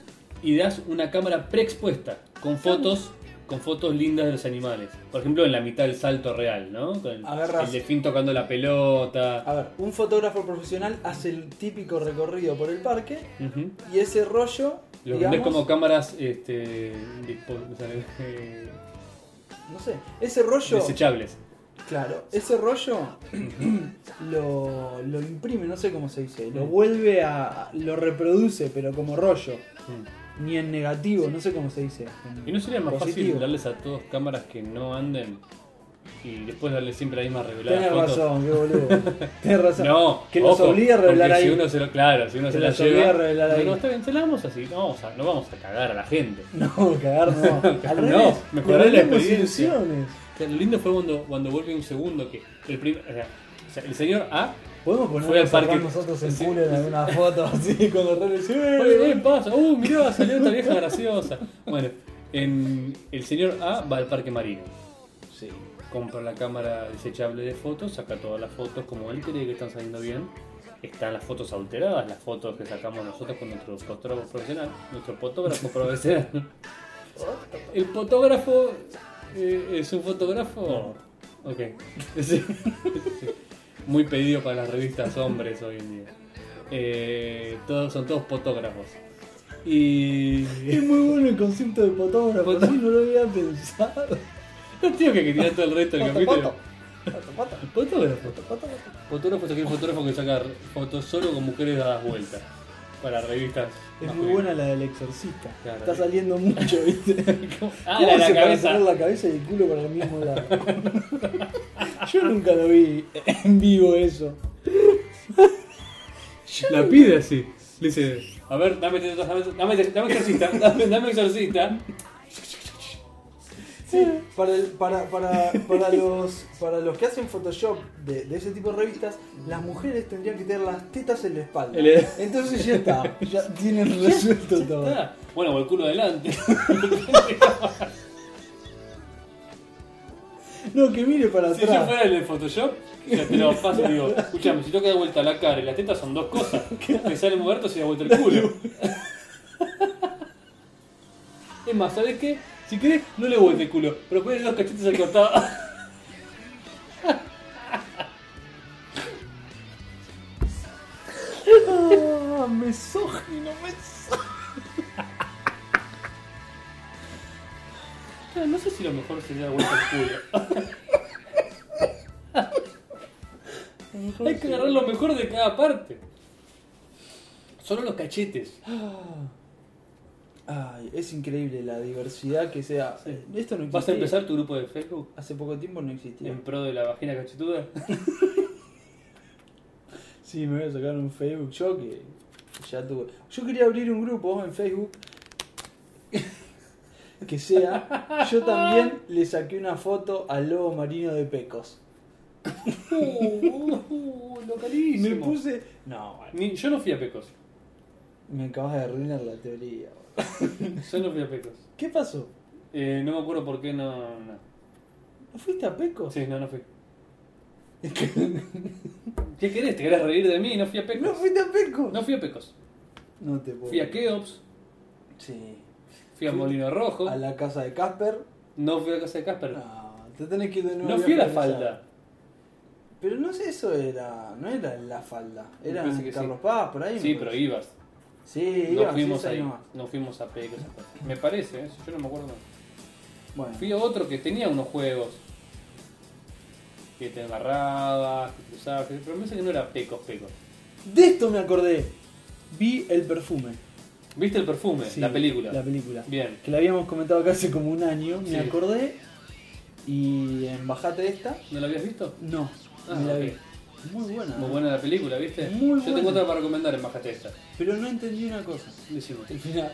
y das una cámara preexpuesta con fotos, con fotos lindas de los animales. Por ejemplo, en la mitad del salto real, ¿no? Con el, Agarrás- Ah. el delfín tocando la pelota. A ver, un fotógrafo profesional hace el típico recorrido por el parque Ujú. y ese rollo. Los digamos, vendés como cámaras este, dispo- o sea, (laughs) eh, No sé, ese rollo. desechables. Claro, ese rollo (clears throat) lo, lo imprime, no sé cómo se dice, Mm. lo vuelve a. lo reproduce, pero como rollo. Ni en negativo, no sé cómo se dice. en Mm. ¿Y no sería más positivo. fácil darles a todos cámaras que no anden y después darles siempre la misma revelada? Tenés foto? razón, qué boludo. (laughs) Tenés razón. No, que los ojo, obliga a revelar porque ahí. Si uno se lo, claro, si uno Que se la los obliga lleva. a revelar no, ahí. no, está bien, se la vamos así. No vamos a, no vamos a cagar a la gente. (laughs) No, cagar (laughs) no. Al No, revés, mejorar le la vendemos experiencia. ilusiones. O sea, lo lindo fue cuando, cuando vuelve un segundo que el prim- o sea, o sea, el señor A. Podemos Fue al ponernos a parque. cerrar nosotros el Sí. culo en alguna (laughs) foto así con los redes. Oye, ¿qué pasa? Uh, mirá, salió esta vieja graciosa. Bueno, en, el señor A va al parque marino. Sí. compra la cámara desechable de fotos, saca todas las fotos como él cree que están saliendo bien. Están las fotos alteradas, las fotos que sacamos nosotros con nuestro fotógrafo profesional, nuestro fotógrafo profesional. El fotógrafo eh, es un fotógrafo. Ok. (laughs) Sí. Muy pedido para las revistas hombres hoy en día. Eh, todos, son todos fotógrafos. Y. (laughs) Es muy bueno el concepto de fotógrafo, Foto- sí, no lo había (laughs) pensado. No tengo que tirar todo el resto del capítulo. Foto, foto, Fotógrafo. foto, foto. Fotógrafo es aquel fotógrafo que saca fotos solo con mujeres dadas vueltas. Para revistas. Es muy masculinas. buena la del exorcista. Claro. Está saliendo (laughs) mucho, ¿viste? (laughs) Ah, ¿Cómo la, de la se puede cabeza. poner la cabeza y el culo para el mismo (laughs) lado? Yo nunca lo vi en vivo eso. La pide así. Le dice, a ver, dame, dame, dame, dame exorcista, (laughs) dame, dame exorcista. Sí, para, el- para, para, para, los, para los que hacen Photoshop de, de ese tipo de revistas, las mujeres tendrían que tener las tetas en la espalda. El- Entonces ya está, (laughs) ya tienen resuelto todo. Ah, bueno, o el culo adelante. No, que mire para Si yo atrás. fuera el de Photoshop, ya te lo paso y digo, escuchame, si tengo que dar vuelta la cara y las tetas son dos cosas. Me sale muerto si da vuelta el culo. Es más, ¿sabes qué? Si querés, no le vuelta el culo, pero pones dos cachetes al costado. (laughs) Ah, misógino, misógino. Claro, No sé si lo mejor sería dar vuelta el culo. (laughs) Hay que agarrar lo mejor de cada parte. Solo los cachetes. Ay, es increíble la diversidad que sea. Esto no existía. ¿Vas a empezar Em- tu grupo de Facebook Hace poco tiempo no existía. en pro de la vagina cachetuda? Sí, me voy a sacar un Facebook. Yo que ya tuve. Yo quería abrir un grupo en Facebook (laughs) que sea. Yo también le saqué una foto al lobo marino de Pecos. Uh, uh, Me localísimo. puse. No, bueno, Ni- yo no fui a Pecos. me acabas de arruinar la teoría. boludo. Yo no fui a Pecos. ¿Qué pasó? Eh, no me acuerdo por qué no, no. ¿No fuiste a Pecos? Sí, no, no fui. ¿Qué querés? ¿Te querés reír de mí? No fui a Pecos. ¡No fuiste a Penco! No fui a Pecos. No te puedo. Fui a Keops, Sí. fui a Fui Molino Rojo, A la casa de Casper. no fui a casa de Casper. No, No, te tenés que ir de nuevo. fui a la Plaza. falda. Pero no sé, eso era. No era la falda. Me Era parece que Carlos sí. Paz, por ahí. Sí, me pero parece. ibas. Sí, No iba, fuimos sí, esa ahí. nomás. No fuimos a Pecos. a Pecos. Me parece, ¿eh? yo no me acuerdo. más. Bueno, Fui a otro que tenía unos juegos. Que te embarrabas, que cruzabas, que- pero me parece que no era Pecos, Pecos. de esto me acordé. Vi el perfume. ¿Viste el perfume? Sí, la película. La película. Bien. Que la habíamos comentado acá hace como un año. Me Sí. acordé. Y en Bajate esta. ¿No la habías visto? No. Ah, me la ok. vi. Muy buena. ¿eh? Muy buena la película, ¿viste? Muy Yo buena. tengo otra para recomendar en Baja Testa. Pero no entendí una cosa. Decime. El final.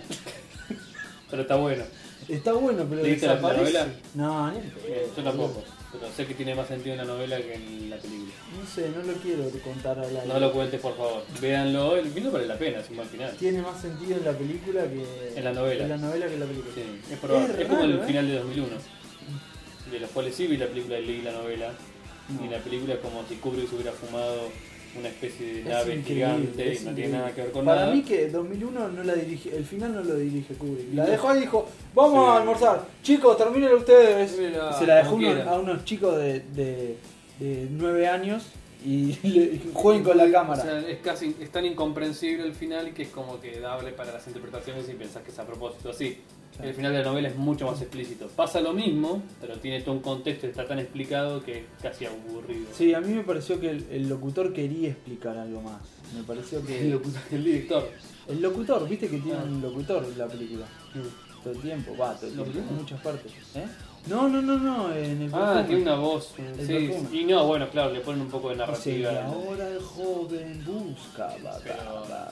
Pero está bueno. Está bueno, pero ¿Leíste la desaparece. novela? No, ni en Bien, pedo, Eh, yo boludo. tampoco. Pero sé que tiene más sentido en la novela que en la película. No sé, no lo quiero contar al aire. No lo cuentes, por favor. Véanlo. El vino vale la pena, es un buen final. Tiene más sentido en la película que En la novela. En la novela que en la película. Sí, es probable. Es, como raro, el ¿eh? final de 2001. De los cuales sí vi la película y leí la novela. No. Y la película es como si Kubrick se hubiera fumado una especie de Es nave increíble, gigante es y no tiene increíble. nada que ver con Para nada. mí que 2001 no la dirige, el final no lo dirige Kubrick. La No. dejó y dijo, vamos a Sí. almorzar. Chicos, terminen ustedes. Mira, Se la dejó como uno- quiera. a unos chicos de, de, 9 años y (laughs) le- jueguen con la cámara. O sea, es casi es tan incomprensible el final que es como que dable para las interpretaciones y pensás que es a propósito así. Claro. El final de la novela es mucho más explícito. Pasa lo mismo, pero tiene todo un contexto y está tan explicado que es casi aburrido. sí, a mí me pareció que el, el locutor quería explicar algo más. Me pareció que... El, locutor- el director. El locutor, viste que tiene Ah. un locutor la película. Todo el tiempo, va, todo el ¿Lo tiempo, tiene? en muchas partes. ¿Eh? No, no, no, no, en el Ah, perfume. tiene una voz. El sí, perfume. Ah, y no, bueno, claro, le ponen un poco de Dice, "Y narrativa. ahora el joven busca, va, va, Pero- va".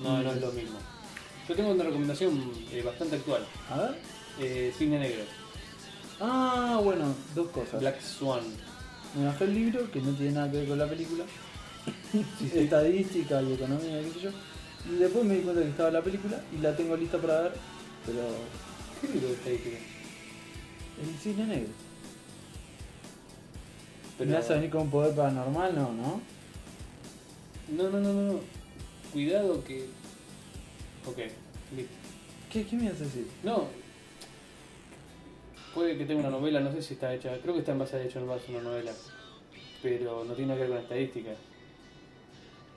no, no es lo mismo. Yo tengo una recomendación eh, bastante actual. A ver. Eh, cine negro. Ah, bueno, dos cosas. Black Swan. Me bajé el libro, que no tiene nada que ver con la (laughs) película. Estadística y economía, qué sé yo. Y después me di cuenta que estaba la película y la tengo lista para ver, pero ¿Qué libro está ahí, creo? el cine negro. Pero- ¿Me vas a venir con un poder paranormal? No, ¿no? No, no, no, no. no. Cuidado que. Ok, listo. ¿Qué, qué me vas a decir? No. Puede que tenga una novela, no sé si está hecha. Creo que está en base a hecho en base a una novela. Pero no tiene que ver con estadística.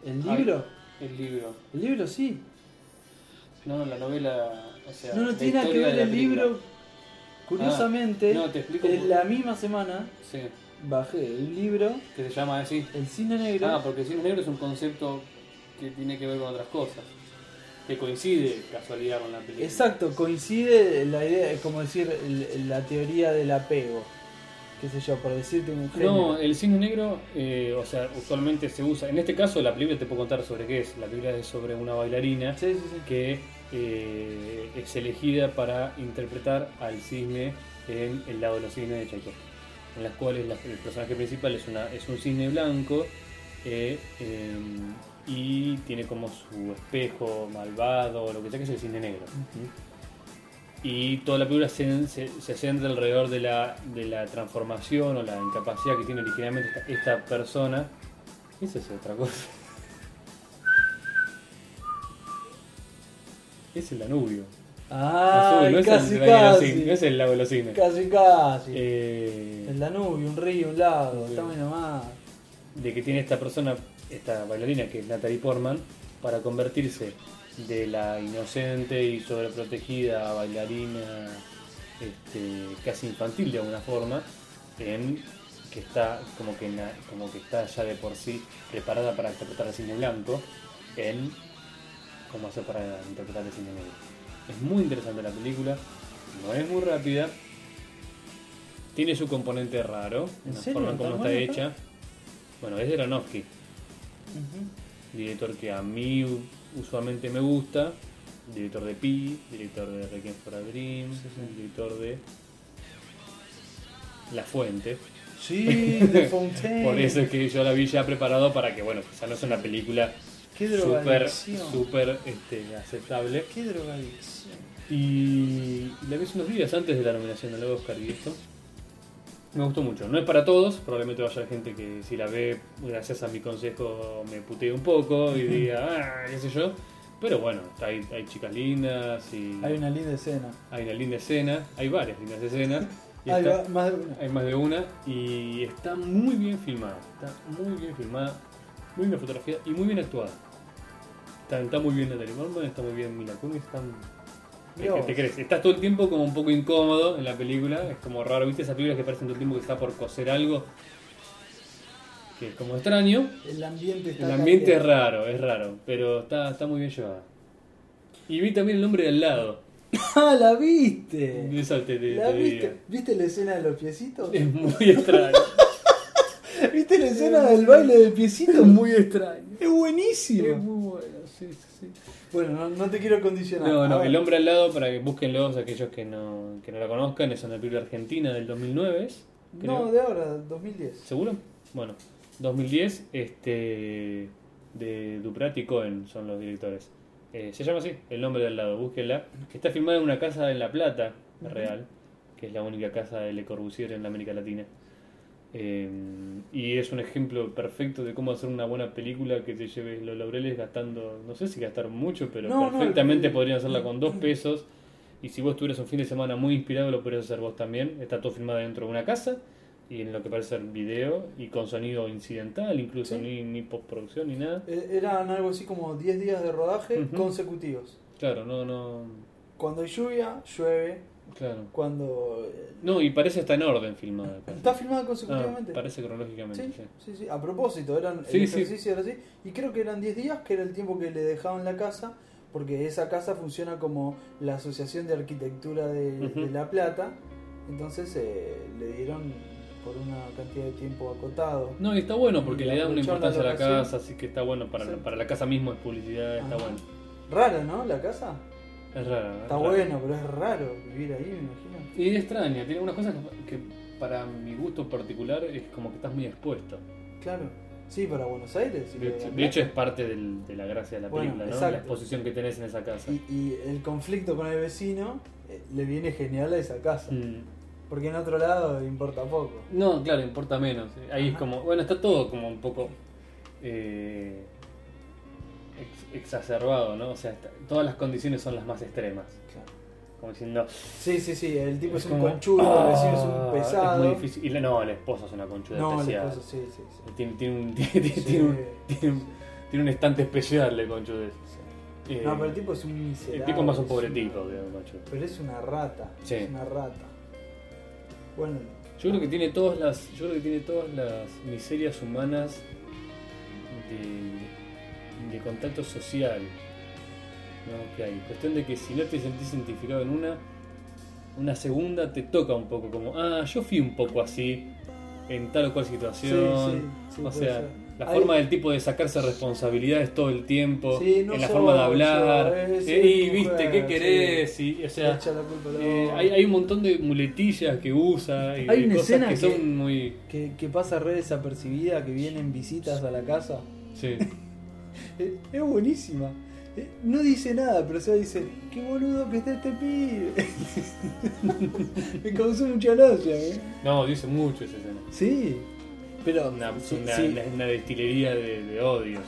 ¿El Ay. libro? El libro. El libro sí. No, la novela. O sea, No, no la tiene nada que historia ver de la el película. Ah, libro. Curiosamente, no, te explico en por- la misma semana Sí, bajé el libro, que se llama así. el cine negro. Ah, porque el cine negro es un concepto que tiene que ver con otras cosas. Que coincide, casualidad, con la película. Exacto, coincide la idea, es como decir el- la teoría del apego. Qué sé yo, por decirte un No, género. el cine negro, eh, o sea, usualmente se usa. En este caso, la película te puedo contar sobre qué es. La película es sobre una bailarina Sí, sí, sí. que eh, es elegida para interpretar al cisne en El lado de los cisnes de Tchaikovsky, en las cuales la- el personaje principal es, una, es un cisne blanco eh, eh, y tiene como su espejo malvado, lo que sea que es el cisne negro. Y toda la película se, se, se centra alrededor de la, de la transformación o la incapacidad que tiene originalmente esta, esta persona. Esa es otra cosa. Es el Danubio. Ah, Azul, no es casi, el Valle de los casi, Cisnes, no es el lago de los cisnes. casi, casi. Eh, El Danubio, un río, un lago, Sí. está muy nomás. de que tiene esta persona, esta bailarina que es Natalie Portman, para convertirse de la inocente y sobreprotegida bailarina este, casi infantil de alguna forma, en que está como que, na- como que está ya de por sí preparada para interpretar el cine blanco, en cómo hacer para interpretar el cine negro. Es muy interesante la película, no es muy rápida, tiene su componente raro, ¿En en la serio? forma ¿Tan en cómo está buena está? hecha. Bueno, es de Aronofsky, Ujú. director que a mí u- usualmente me gusta, director de Pi, director de Requiem for a Dream, director de La Fuente. (laughs) Sí, (laughs) de Fontaine. Por eso es que yo la vi ya preparado para que, bueno, quizá no sea una película Qué súper, drogadicción. súper este, aceptable. Qué drogadicción. Y la vi hace unos días antes de la nominación del Oscar y esto. Me gustó mucho. No es para todos, probablemente vaya gente que si la ve, gracias a mi consejo, me putee un poco y diga, ah, qué sé yo. Pero bueno, hay, hay chicas lindas y Hay una linda escena. hay una linda escena, hay varias lindas escenas. y Ahí está- va, más de una. hay más de una y está muy bien filmada. Está muy bien filmada, muy bien fotografía y muy bien actuada. Está, está muy bien Natalie Portman, está muy bien Mila Kunis, están... Mirá te- vos. te crees. Estás todo el tiempo como un poco incómodo en la película, es como raro, ¿viste esas películas que parecen todo el tiempo que está por coser algo? Que es como extraño. El ambiente está El ambiente es cambiado. raro, es raro, pero está, está muy bien llevada. Y vi también el hombre de al lado. ¡Ah, la viste! Eso te, te- ¿La te digo. viste? ¿Viste la escena de los piecitos? Es muy (laughs) extraño. ¿Viste la escena del baile del piecito? muy extraño. Es buenísimo. muy bueno, sí, sí, sí. Bueno, no, no te quiero condicionar. No, A no, ver. El Hombre al Lado, para que busquen los aquellos que no, que no la conozcan, es una película argentina del 2009, ¿es? No, Creo. de ahora, 2010. ¿Seguro? Bueno, 2010, este, de Duprat y Cohen son los directores. Eh, se llama así, El Hombre de al Lado, búsquenla. Que está filmada en una casa en La Plata, real, que es la única casa de Le Corbusier en la América Latina. Eh, y es un ejemplo perfecto de cómo hacer una buena película que te lleve los laureles gastando, no sé si gastar mucho, pero No, no, perfectamente el- podrían hacerla con dos pesos. Y si vos tuvieras un fin de semana muy inspirado, lo podrías hacer vos también. Está todo filmado dentro de una casa y en lo que parece ser video y con sonido incidental, incluso Sí. ni, ni postproducción ni nada. Eh, Eran algo así como 10 días de rodaje Ujú. consecutivos. Claro, no, no. Cuando hay lluvia, llueve. Claro. Cuando. eh, No, y parece está en orden filmada. casi. Está filmada Ah, consecutivamente. parece cronológicamente. Sí, sí. sí, sí. A propósito, eran el Sí, sí. ejercicio era así. Y creo que eran 10 días, que era el tiempo que le dejaban la casa, porque esa casa funciona como la Asociación de Arquitectura de, Ujú. de La Plata. Entonces eh, le dieron por una cantidad de tiempo acotado. No, y está bueno porque Y le da una aprovechar la importancia a la locación. casa, así que está bueno para, Sí. la, para la casa misma, es publicidad, está Ajá. bueno. Rara, ¿no? La casa. Es rara. es Está rara. bueno, pero es raro vivir ahí, me imagino. Y es extraña, tiene algunas cosas que, que para mi gusto particular es como que estás muy expuesto. Claro. Sí, para Buenos Aires. y De, para hecho- La de hecho, Plata. es parte del- de la gracia de la Bueno, película, ¿no? exacto. La exposición que tenés en esa casa. Y, y el conflicto con el vecino eh, le viene genial a esa casa. Mm. Porque en otro lado importa poco. No, claro, importa menos. Eh, Ahí es Ajá. como, bueno, está todo como un poco eh, ex- exacerbado, ¿no? O sea, está- todas las condiciones son las más extremas. Claro. Como diciendo, Sí, sí, sí, el tipo es, un como, conchudo, "Ah, el vecino es un pesado. Es muy difícil. Y la- no, la esposa es una conchuda No, el especial. esposo, sí, sí, sí. Tiene, tiene un, (laughs) tiene, Sí. tiene un, tiene un- tiene un estante especial de conchudez. sí. Eh, No, pero el tipo es un miserable. el tipo es más un pobre es tipo que un conchudo. Pero es una rata. Sí. Es una rata. Bueno, Yo creo que tiene todas las. Yo creo que tiene todas las miserias humanas de, de contacto social. ¿no? que hay. Cuestión de que si no te sentís identificado en una, una segunda te toca un poco como, ah, yo fui un poco así en tal o cual situación. Sí, sí, sí, o puede sea, ser. la Hay- forma del tipo de sacarse responsabilidades todo el tiempo, Sí, no en la soy forma de yo, hablar, eh, sí, eh, y tu viste, mujer, ¿qué querés? Y, o le sea, echa la culpa al eh, otro. hay, hay un montón de muletillas que usa y Hay de una cosas escena que, que- son muy. Que, que pasa re desapercibida, que vienen visitas a la casa. Sí. Eh, Es, buenísima. Eh, No dice nada, pero se dice, qué boludo que está este pibe. (laughs) Me causó mucha gracia, ¿eh? No, dice mucho esa escena. Sí. Pero Una, es sí, una, sí, una- una destilería de, de odios.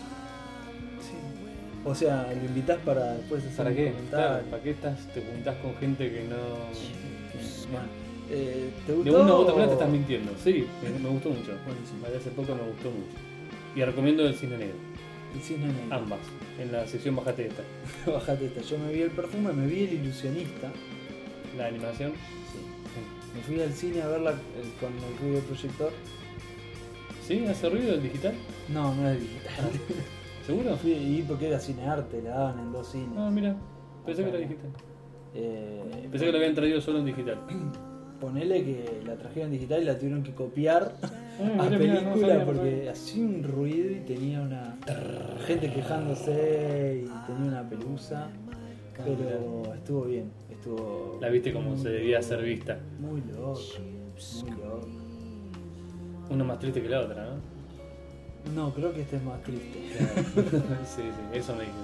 sí. O sea, lo invitás para después hacer ¿Para un qué? Claro, comentario. ¿Para qué estás, te juntás con gente que no. Bueno, eh, ¿te De gustó? una u otra manera te estás mintiendo. Sí, me, me gustó mucho. Vale, Hace poco me gustó mucho. Y recomiendo el cine negro. El cisne negro. Ambas. En la sección bajate esta. Bajate esta. Yo me vi el perfume, me vi el ilusionista. La animación. Me fui al cine a verla eh, con el ruido del proyector. ¿Sí? ¿Hace ruido el digital? No, no es digital. ¿Seguro? Fui y porque era cinearte, la daban en dos cines. Ah, mira. Pensé que era digital. Eh, Pensé que lo habían traído solo en digital. Ponele que la trajeron digital y la tuvieron que (laughs) copiar Mm, a mira, mira, no película sabía, no porque sabía. hacía un ruido y tenía una gente quejándose y tenía una pelusa. Ah, Pero estuvo bien, estuvo La viste como se debía ser vista. muy loco, muy loco. Una más triste que la otra, ¿no? No, creo que este es más triste. (laughs) sí, sí, eso me dijo.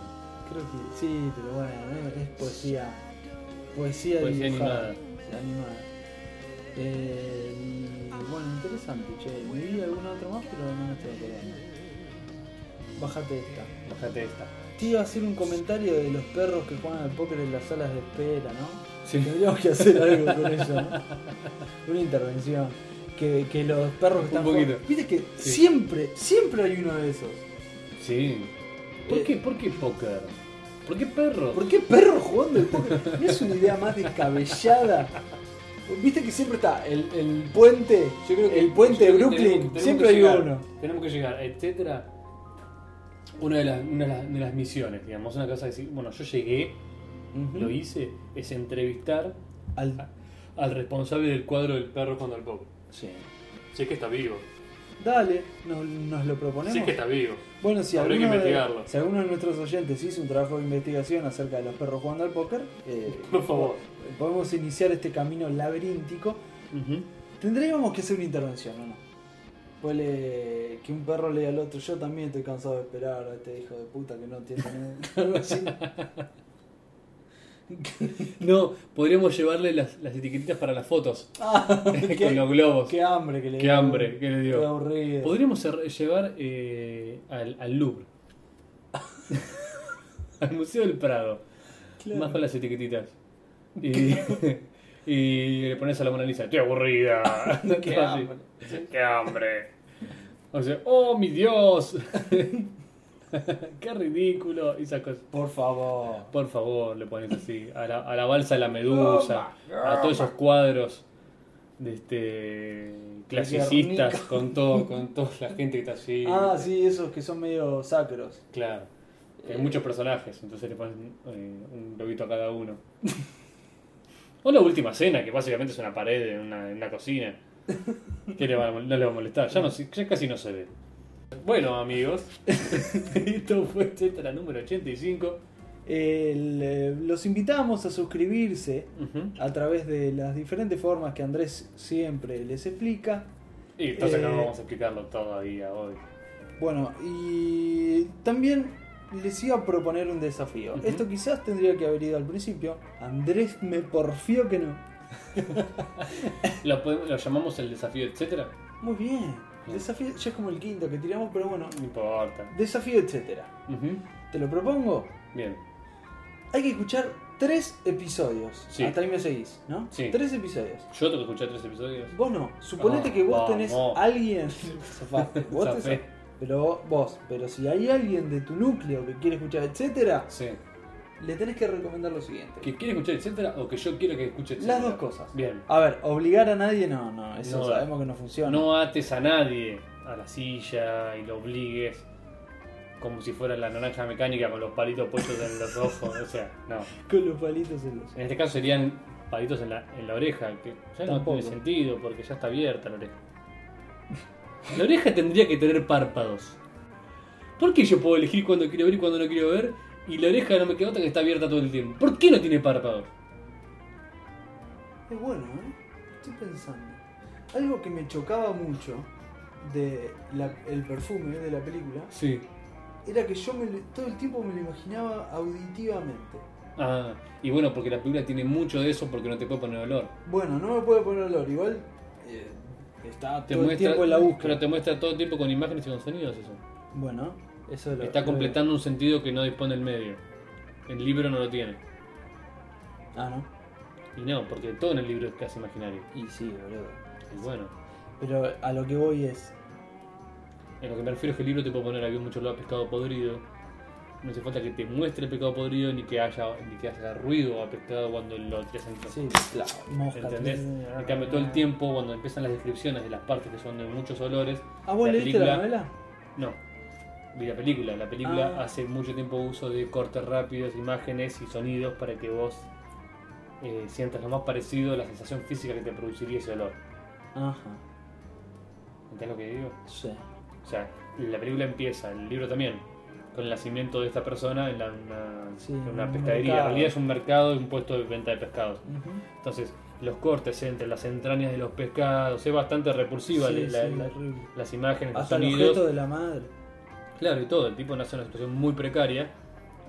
Creo que sí, pero bueno, eh, es poesía. Poesía, Poesía dibujada, animada. animada. Eh, bueno, interesante, che. Me vi alguna otra más, pero no me estoy acordando. Bájate esta. Bájate esta. Te iba a hacer un comentario de los perros que juegan al póker en las salas de espera, ¿no? Sí. Tendríamos que hacer algo con eso, ¿no? Una intervención. Que, que los perros que Un están poquito. jugando- Viste que Sí. siempre, siempre hay uno de esos. Sí. ¿Por Eh. qué? ¿Por qué póker? ¿Por qué perro? ¿Por qué perro jugando al póker? ¿No es una idea más descabellada? Viste que siempre está el, el puente, Yo creo que- el puente de yo creo que Brooklyn, tenemos- tenemos siempre que hay llegar, uno. Tenemos que llegar, etcétera. Una de las, una de las, de las misiones, digamos, una cosa de decir, bueno, yo llegué, lo hice, Ah. es entrevistar Al- al responsable del cuadro del perro cuando el pop. Sí. Sé que está vivo, Dale, nos, nos lo proponemos. sé que está vivo. Bueno, si Habrá que alguno, de, investigarlo. si alguno de nuestros oyentes hizo un trabajo de investigación acerca de los perros jugando al póker, (laughs) eh, Por favor. podemos iniciar este camino laberíntico. Tendríamos que hacer una intervención, ¿o no? Huele que un perro le diga al otro, yo también estoy cansado de esperar a este hijo de puta que no tiene (laughs) algo así. No, podríamos llevarle las, las etiquetitas para las fotos Ah, con (laughs) qué, los globos. qué hambre que le Qué dio. hambre que le dio. Qué aburrido. Podríamos er- llevar eh, al, al (laughs) Louvre. al Museo del Prado. Claro. Más con las (laughs) etiquetitas. Y, (laughs) y le pones a la Mona Lisa, estoy aburrida. (laughs) Qué Todo así. hambre. Qué hambre. O sea, oh mi Dios. (laughs) Qué ridículo. y Esas cosas. Por favor. Por favor, le pones así. A la, a la balsa de la medusa. a todos esos cuadros de este clasicistas Guernica. con todo, con toda la gente que está así. Ah, sí, esos que son medio sacros. Claro. Hay muchos personajes, entonces le ponen eh, un globito a cada uno. (laughs) O la última cena, que básicamente es una pared en una, en una cocina. Que le va a mol- no le va a molestar, ya, no, se- ya casi no se ve. Bueno, amigos, (laughs) esto fue Etcétera número 85. El, eh, los invitamos a suscribirse Ujú. a través de las diferentes formas que Andrés siempre les explica. Y entonces Eh. no vamos a explicarlo todavía hoy. Bueno, y también les iba a proponer un desafío. Ujú. Esto quizás tendría que haber ido al principio. Andrés me porfió que no. (laughs) ¿Lo, podemos- lo llamamos el desafío, etcétera? Muy bien. Bien. Desafío, ya es como el quinto que tiramos, pero bueno. No importa. Desafío, etcétera. Ujú. Te lo propongo. Bien. Hay que escuchar tres episodios. Sí. Hasta ahí me seguís, ¿no? Sí. Tres episodios. Yo tengo que escuchar tres episodios. Vos no, suponete No, que vos no, tenés no. (laughs) alguien. Zafaste, vos te Zafé. zaf- Pero vos- vos, pero si hay alguien de tu núcleo que quiere escuchar, etcétera, Sí. le tenés que recomendar lo siguiente. ¿Que quiere escuchar, etcétera? ¿O que yo quiero que escuche, etcétera? Las dos cosas. Bien. A ver, obligar a nadie, no, no, eso No, sabemos que no funciona. No ates a nadie a la silla y lo obligues como si fuera la naranja mecánica con los palitos puestos en los ojos. O sea, no. Con los palitos en los. En este caso serían palitos en la, en la oreja, que ya no Tampoco. tiene sentido porque ya está abierta la oreja. (laughs) La oreja tendría que tener párpados. ¿Por qué yo puedo elegir cuando quiero ver y cuando no quiero ver? Y la oreja no me queda otra que está abierta todo el tiempo. ¿Por qué no tiene párpados? Es bueno, ¿eh? Estoy pensando. Algo que me chocaba mucho de la- el perfume de la película Sí. era que yo me lo- todo el tiempo me lo imaginaba auditivamente. Ah, y bueno, porque la película tiene mucho de eso porque no te puede poner olor. Bueno, no me puede poner olor, igual eh, está Te todo el muestra- tiempo en la Pero búsqueda. te muestra todo el tiempo con imágenes y con sonidos eso. Bueno, eso lo Está lo- completando un sentido que no dispone el medio. El libro no lo tiene. Ah, no. Y no, porque todo en el libro es casi imaginario. Y sí, boludo. Y bueno, Pero a lo que voy es. en lo que me refiero es que el libro te puede poner aquí mucho lado pescado podrido. No hace falta que te muestre el pescado podrido ni que haya, ni que haga ruido a pescado cuando lo tiras en Sí, claro, mosca. ¿Entendés? En ah, cambio, todo el tiempo, cuando empiezan las descripciones de las partes que son de muchos olores, ¿Ah, vos la leíste la película- novela? No, vi la película. La película Ah. hace mucho tiempo uso de cortes rápidos, imágenes y sonidos para que vos eh, sientas lo más parecido a la sensación física que te produciría ese olor. Ajá, ¿Entendés lo que digo? sí. O sea, la película empieza, el libro también, con el nacimiento de esta persona en, la- una, Sí, en en una un pescadería. En mercado. realidad es un mercado y un puesto de venta de pescados. Ujú. Entonces, los cortes entre las entrañas de los pescados, es bastante repulsiva Sí, la- sí, la- horrible. las imágenes, los Hasta el sonidos. objeto de la madre. Claro, y todo. El tipo nace en una situación muy precaria.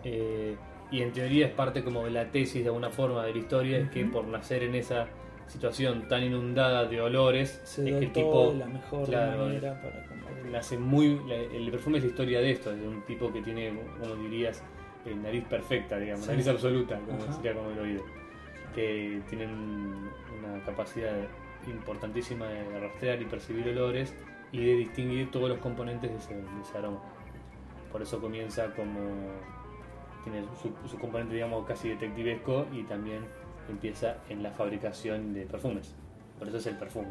eh, y en teoría es parte como de la tesis de alguna forma de la historia, es que por nacer en esa situación tan inundada de olores, Se es que dotó el tipo de la mejor claro, manera para combatir. la hace muy la- el perfume es la historia de esto, de un tipo que tiene, como dirías, eh, nariz perfecta, digamos, Sí. nariz absoluta, como Ajá. sería con el oído, que tienen una capacidad importantísima de rastrear y percibir olores y de distinguir todos los componentes de ese, de ese aroma. Por eso comienza como tiene su, su componente, digamos, casi detectivesco y también empieza en la fabricación de perfumes. Por eso es el perfume.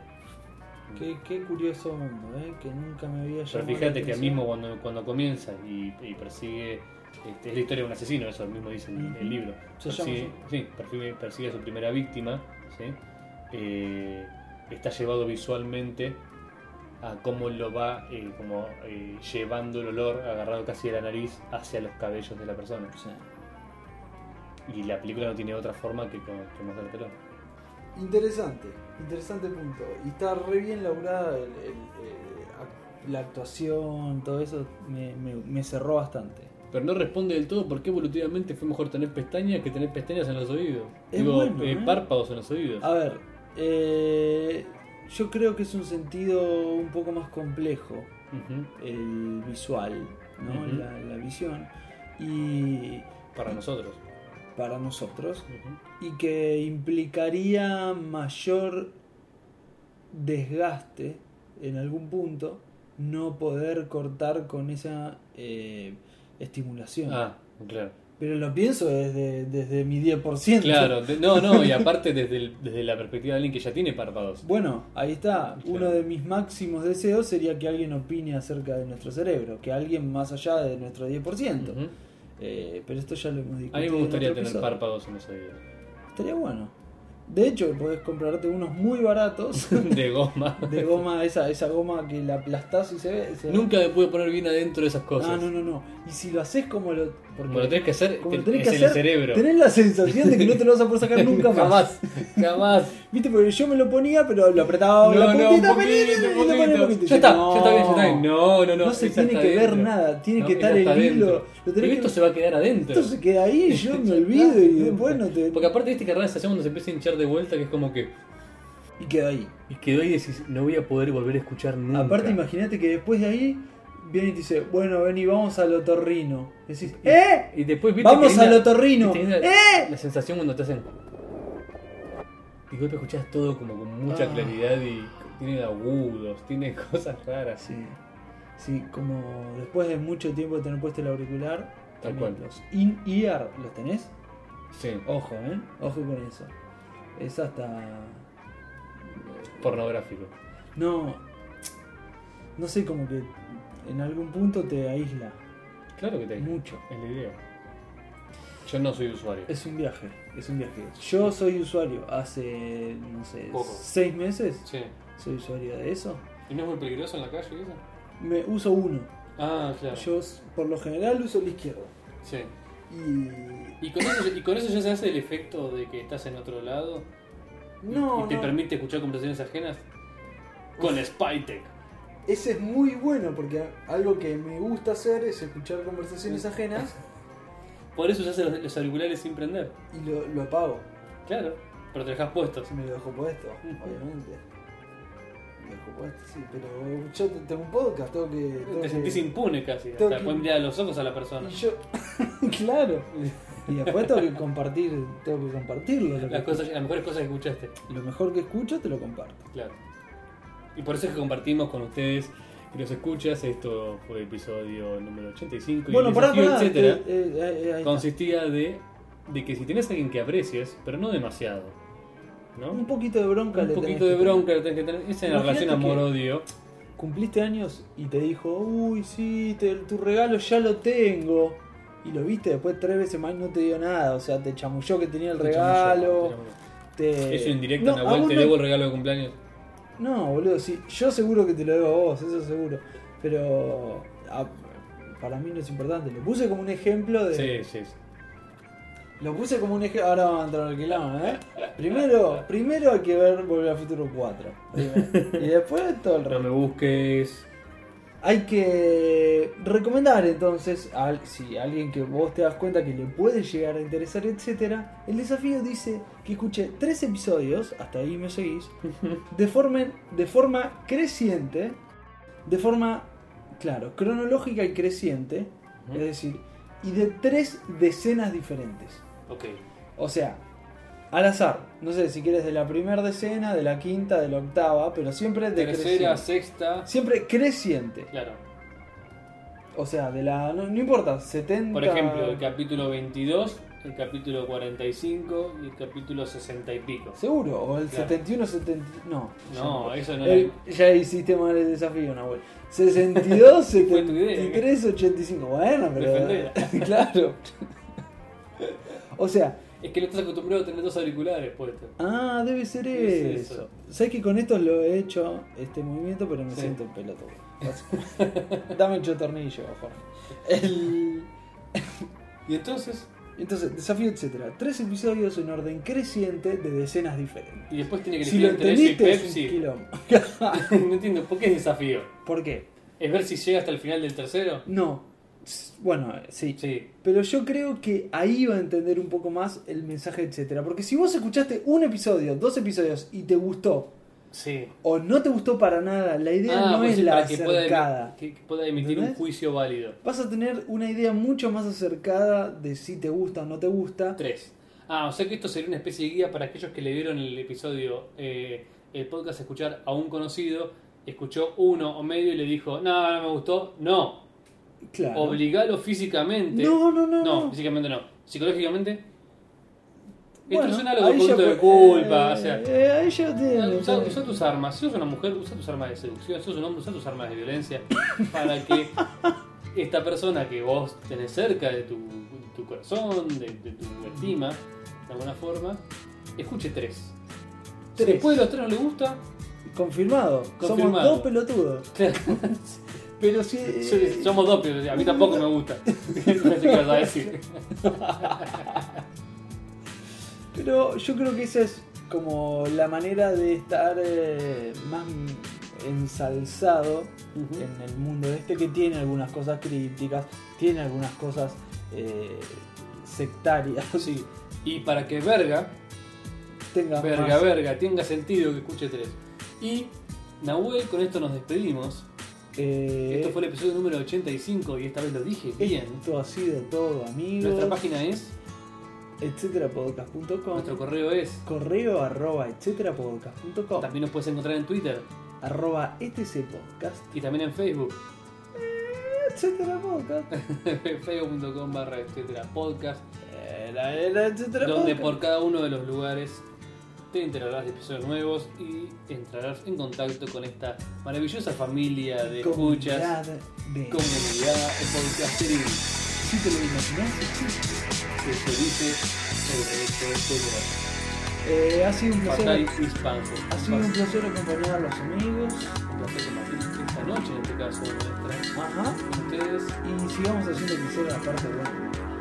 Qué, qué curioso mundo, ¿eh? que nunca me había Pero llamado. la fíjate que atención. mismo cuando, cuando comienza y, y persigue, este, es la historia de un asesino, eso mismo dice el, el libro. Se llama Persigue, sí, persigue, persigue a su primera víctima, ¿sí? Eh, está llevado visualmente a cómo lo va eh, como, eh, llevando el olor, agarrado casi de la nariz, hacia los cabellos de la persona. Sí. Y la película no tiene otra forma que, con- que mostrártelo. Interesante, interesante punto. Y está re bien laburada el- el- el- ac- la actuación, todo eso me, me- me cerró bastante. Pero no responde del todo porque evolutivamente fue mejor tener pestañas que tener pestañas en los oídos. Es Digo, bueno, eh, Ah. ¿eh? párpados en los oídos. A ver, eh, yo creo que es un sentido un poco más complejo Ujú. el visual, ¿no? Ujú. la, la visión. Y Para nosotros. para nosotros, Ujú. y que implicaría mayor desgaste en algún punto no poder cortar con esa eh, estimulación. Ah, (laughs) claro. Pero lo pienso desde, desde mi 10%. Claro, de- no, no, y aparte desde, el- desde la perspectiva de alguien que ya tiene párpados. Bueno, ahí está. Uno Claro. de mis máximos deseos sería que alguien opine acerca de nuestro cerebro, que alguien más allá de nuestro 10%. Ujú. Eh, pero esto ya lo hemos discutido. A mí me en gustaría otro tener episodio. párpados en los oídos. Estaría bueno. De hecho, podés comprarte unos muy baratos (laughs) (laughs) De goma. de goma, esa, esa goma que la aplastás y se ve. se- Nunca me pude poner bien adentro de esas Ah, cosas. no, no, no. Y si lo haces como lo. Porque Como lo tenés que hacer, como te- lo tenés que es en hacer, el cerebro. Tenés la sensación de que no te lo vas a poder (laughs) sacar nunca más. Jamás. Viste, porque yo me lo ponía, pero lo apretaba No, Ah, la no, puntita, un poquito, pelín, un y lo ponía un poquito. poquito. Ya Y está, yo, ya está bien, ya está bien. No, no, no. No, se esa tiene está que ver adentro. nada, tiene No, que esa estar está el hilo. adentro. Lo Pero tenés que- esto se va a quedar adentro. Esto se queda ahí, (laughs) yo me olvido y después no te. Porque aparte viste que rara sensación cuando se empieza a hinchar de vuelta que es como que... Y queda ahí. Y quedó ahí y decís, no voy a poder volver a escuchar nunca. Aparte, imagínate que después de ahí viene y te dice, bueno, vení, vamos al otorrino. Decís, ¡eh! Y después viste ¡Vamos que hay al la- otorrino! tenés la- ¡Eh! La sensación cuando te hacen. Y de golpe escuchás todo como con mucha Ah. claridad y tiene agudos, tiene (laughs) cosas raras. Sí, sí, como después de mucho tiempo de tener puesto el auricular, Tal tenés cual. los in-ear, ¿los tenés? Sí, Ojo, ¿eh? Ojo con eso. Es hasta. pornográfico. No. No sé, como que en algún punto te aísla Claro que te mucho. Es la idea. Yo no soy usuario. Es un viaje, es un viaje. Yo soy usuario hace, no sé, Poco. seis meses. Sí. Soy usuario de eso. ¿Y no es muy peligroso en la calle eso? Me uso uno. Ah, claro. Yo s- por lo general uso el izquierdo. Sí. Y. Y con, eso, y con eso ya se hace el efecto de que estás en otro lado y- No, y te no. permite escuchar conversaciones ajenas con Spytech. Ese es muy bueno porque a- algo que me gusta hacer es escuchar conversaciones ajenas Por eso se hacen los, los auriculares sin prender. y lo, lo apago. Claro, pero te los dejas puestos. Me lo dejo puesto, Ujú. obviamente. Me lo dejo puesto, sí, pero yo te- tengo un podcast, tengo que. tengo Te que- sentís impune casi. tengo Hasta que- puedes mirar a los ojos a la persona. Y yo. (laughs) claro. Y después tengo que compartir, tengo que compartirlo. Lo, (laughs) Las, que- cosas, las mejores cosas que escuchaste. lo mejor que escucho te lo comparto. Claro. Y por eso es que compartimos con ustedes que nos escuchas. Esto fue el episodio número 85. y bueno, el pará, desafío, pará. etcétera. eh, eh, eh, ahí está. consistía de, de que si tenés a alguien que aprecies, pero no demasiado, ¿no? Un poquito de bronca Un le tenés poquito que de tener. bronca le tenés que tener. Es en la Imagínate relación que- amor-odio. Cumpliste años y te dijo, uy, sí, te- tu regalo ya lo tengo. Y lo viste después tres veces más y no te dio nada. O sea, te chamulló que tenía el regalo. Te... Eso en directo, No, a Nahuel, vos te no- debo el regalo de cumpleaños. No, boludo, sí. Yo seguro que te lo debo a vos, eso seguro. Pero a- para mí no es importante. Lo puse como un ejemplo de. Sí, sí, sí. Lo puse como un ejemplo. Ahora vamos a entrar al quilombo, ¿eh? Primero, primero hay (laughs) que ver Volver al Futuro 4. primero. y después todo el No resto. me busques. Hay que recomendar entonces, a, si a alguien que vos te das cuenta que le puede llegar a interesar, etcétera, el desafío dice que escuche tres episodios, hasta ahí me (laughs) seguís, de forma, de forma creciente, de forma, claro, cronológica y creciente, Ujú. es decir, y de tres decenas diferentes. Ok. O sea, al azar, no sé si quieres de la primera decena, de la quinta, de la octava, pero siempre de Tercera, creciente. sexta. Siempre creciente. Claro. O sea, de la. No, no importa, 70. Por ejemplo, el capítulo 22, el capítulo 45 y el capítulo 60 y pico. Seguro, o el Claro. 71, 70. No. No, eso no El- era. ya hiciste mal el desafío, Nahuel. 62, (laughs) Fue tu idea, 73, 85. Bueno, Defendela. pero. (laughs) claro. O sea, Es que no estás acostumbrado a tener dos auriculares puestos. ah, debe ser Debe ser eso. eso. Sabes que con estos lo he hecho, este movimiento, pero me Sí. siento un pelotudo. Dame el chotornillo, Jorge. El. Y entonces, Entonces, desafío, etcétera. Tres episodios en orden creciente de decenas diferentes. y después tiene que Si elegir lo entre eso y entendiste, es un Pepsi. quilombo. (laughs) no entiendo, (laughs) ¿por qué es desafío? ¿Por qué? ¿Es ver si llega hasta el final del tercero? No. S- Bueno, eh, sí. Sí. Pero yo creo que ahí va a entender un poco más el mensaje, etcétera. Porque si vos escuchaste un episodio, dos episodios y te gustó, Sí. o no te gustó para nada, la idea no pues es sí, la para que pueda emi- acercada. que- que pueda emitir un ¿Entendés? juicio válido. Vas a tener una idea mucho más acercada de si te gusta o no te gusta. Tres. Ah, o sea que esto sería una especie de guía para aquellos que le vieron el episodio, eh, el podcast escuchar a un conocido, escuchó uno o medio y le dijo, no, no me gustó, no, Claro. obligalo físicamente. No, no, no, No, no. físicamente no. Psicológicamente, Bueno, esto es un algo ahí de ya punto de fue- culpa, eh, o sea, eh, ahí ya tiene, eh, Usa, tiene. usa tus armas. Si sos una mujer, usa tus armas de seducción. Si sos un hombre, usa tus armas de (laughs) violencia. Para que esta persona que vos tenés cerca de tu, tu corazón, de, de tu estima, de alguna forma, escuche tres. Si Tres. después de los tres no le gusta, Confirmado. Somos Confirmado. dos pelotudos. (laughs) Pero si. yo que- somos dos, pero a mí tampoco (laughs) me gusta. Pensé que ibas a decir. Pero yo creo que esa es como la manera de estar eh, más m- ensalzado en el mundo este que tiene algunas cosas crípticas, tiene algunas cosas eh, sectarias. (laughs) Sí. Y para que verga, Tenga Verga, más- verga, tenga sentido que escuche tres. Y Nahuel, con esto nos despedimos. Eh, Esto fue el episodio número 85 y esta vez lo dije bien. esto ha sido todo, Nuestra amigos. página es, etcétera podcast.com nuestro correo es. correo arroba etcétera podcast.com También nos puedes encontrar en Twitter arroba etc podcast y también en Facebook. (laughs) etcétera podcast Facebook.com barra etcétera podcast. Eh, la- la etcétera Donde podcast. por cada uno de los lugares te enterarás de episodios nuevos y entrarás en contacto con esta maravillosa familia de escuchas, Comunidad de- comunidad de podcasterismo. Si te lo imaginas, existe. que se dice sobre esto, etcétera. Eh, ha sido un Fatal placer. Hispanco. Ha sido un placer acompañar a los amigos. un placer compartir esta noche, en este caso, nuestra, Ajá. con ustedes. Y sigamos haciendo que sea la parte buena.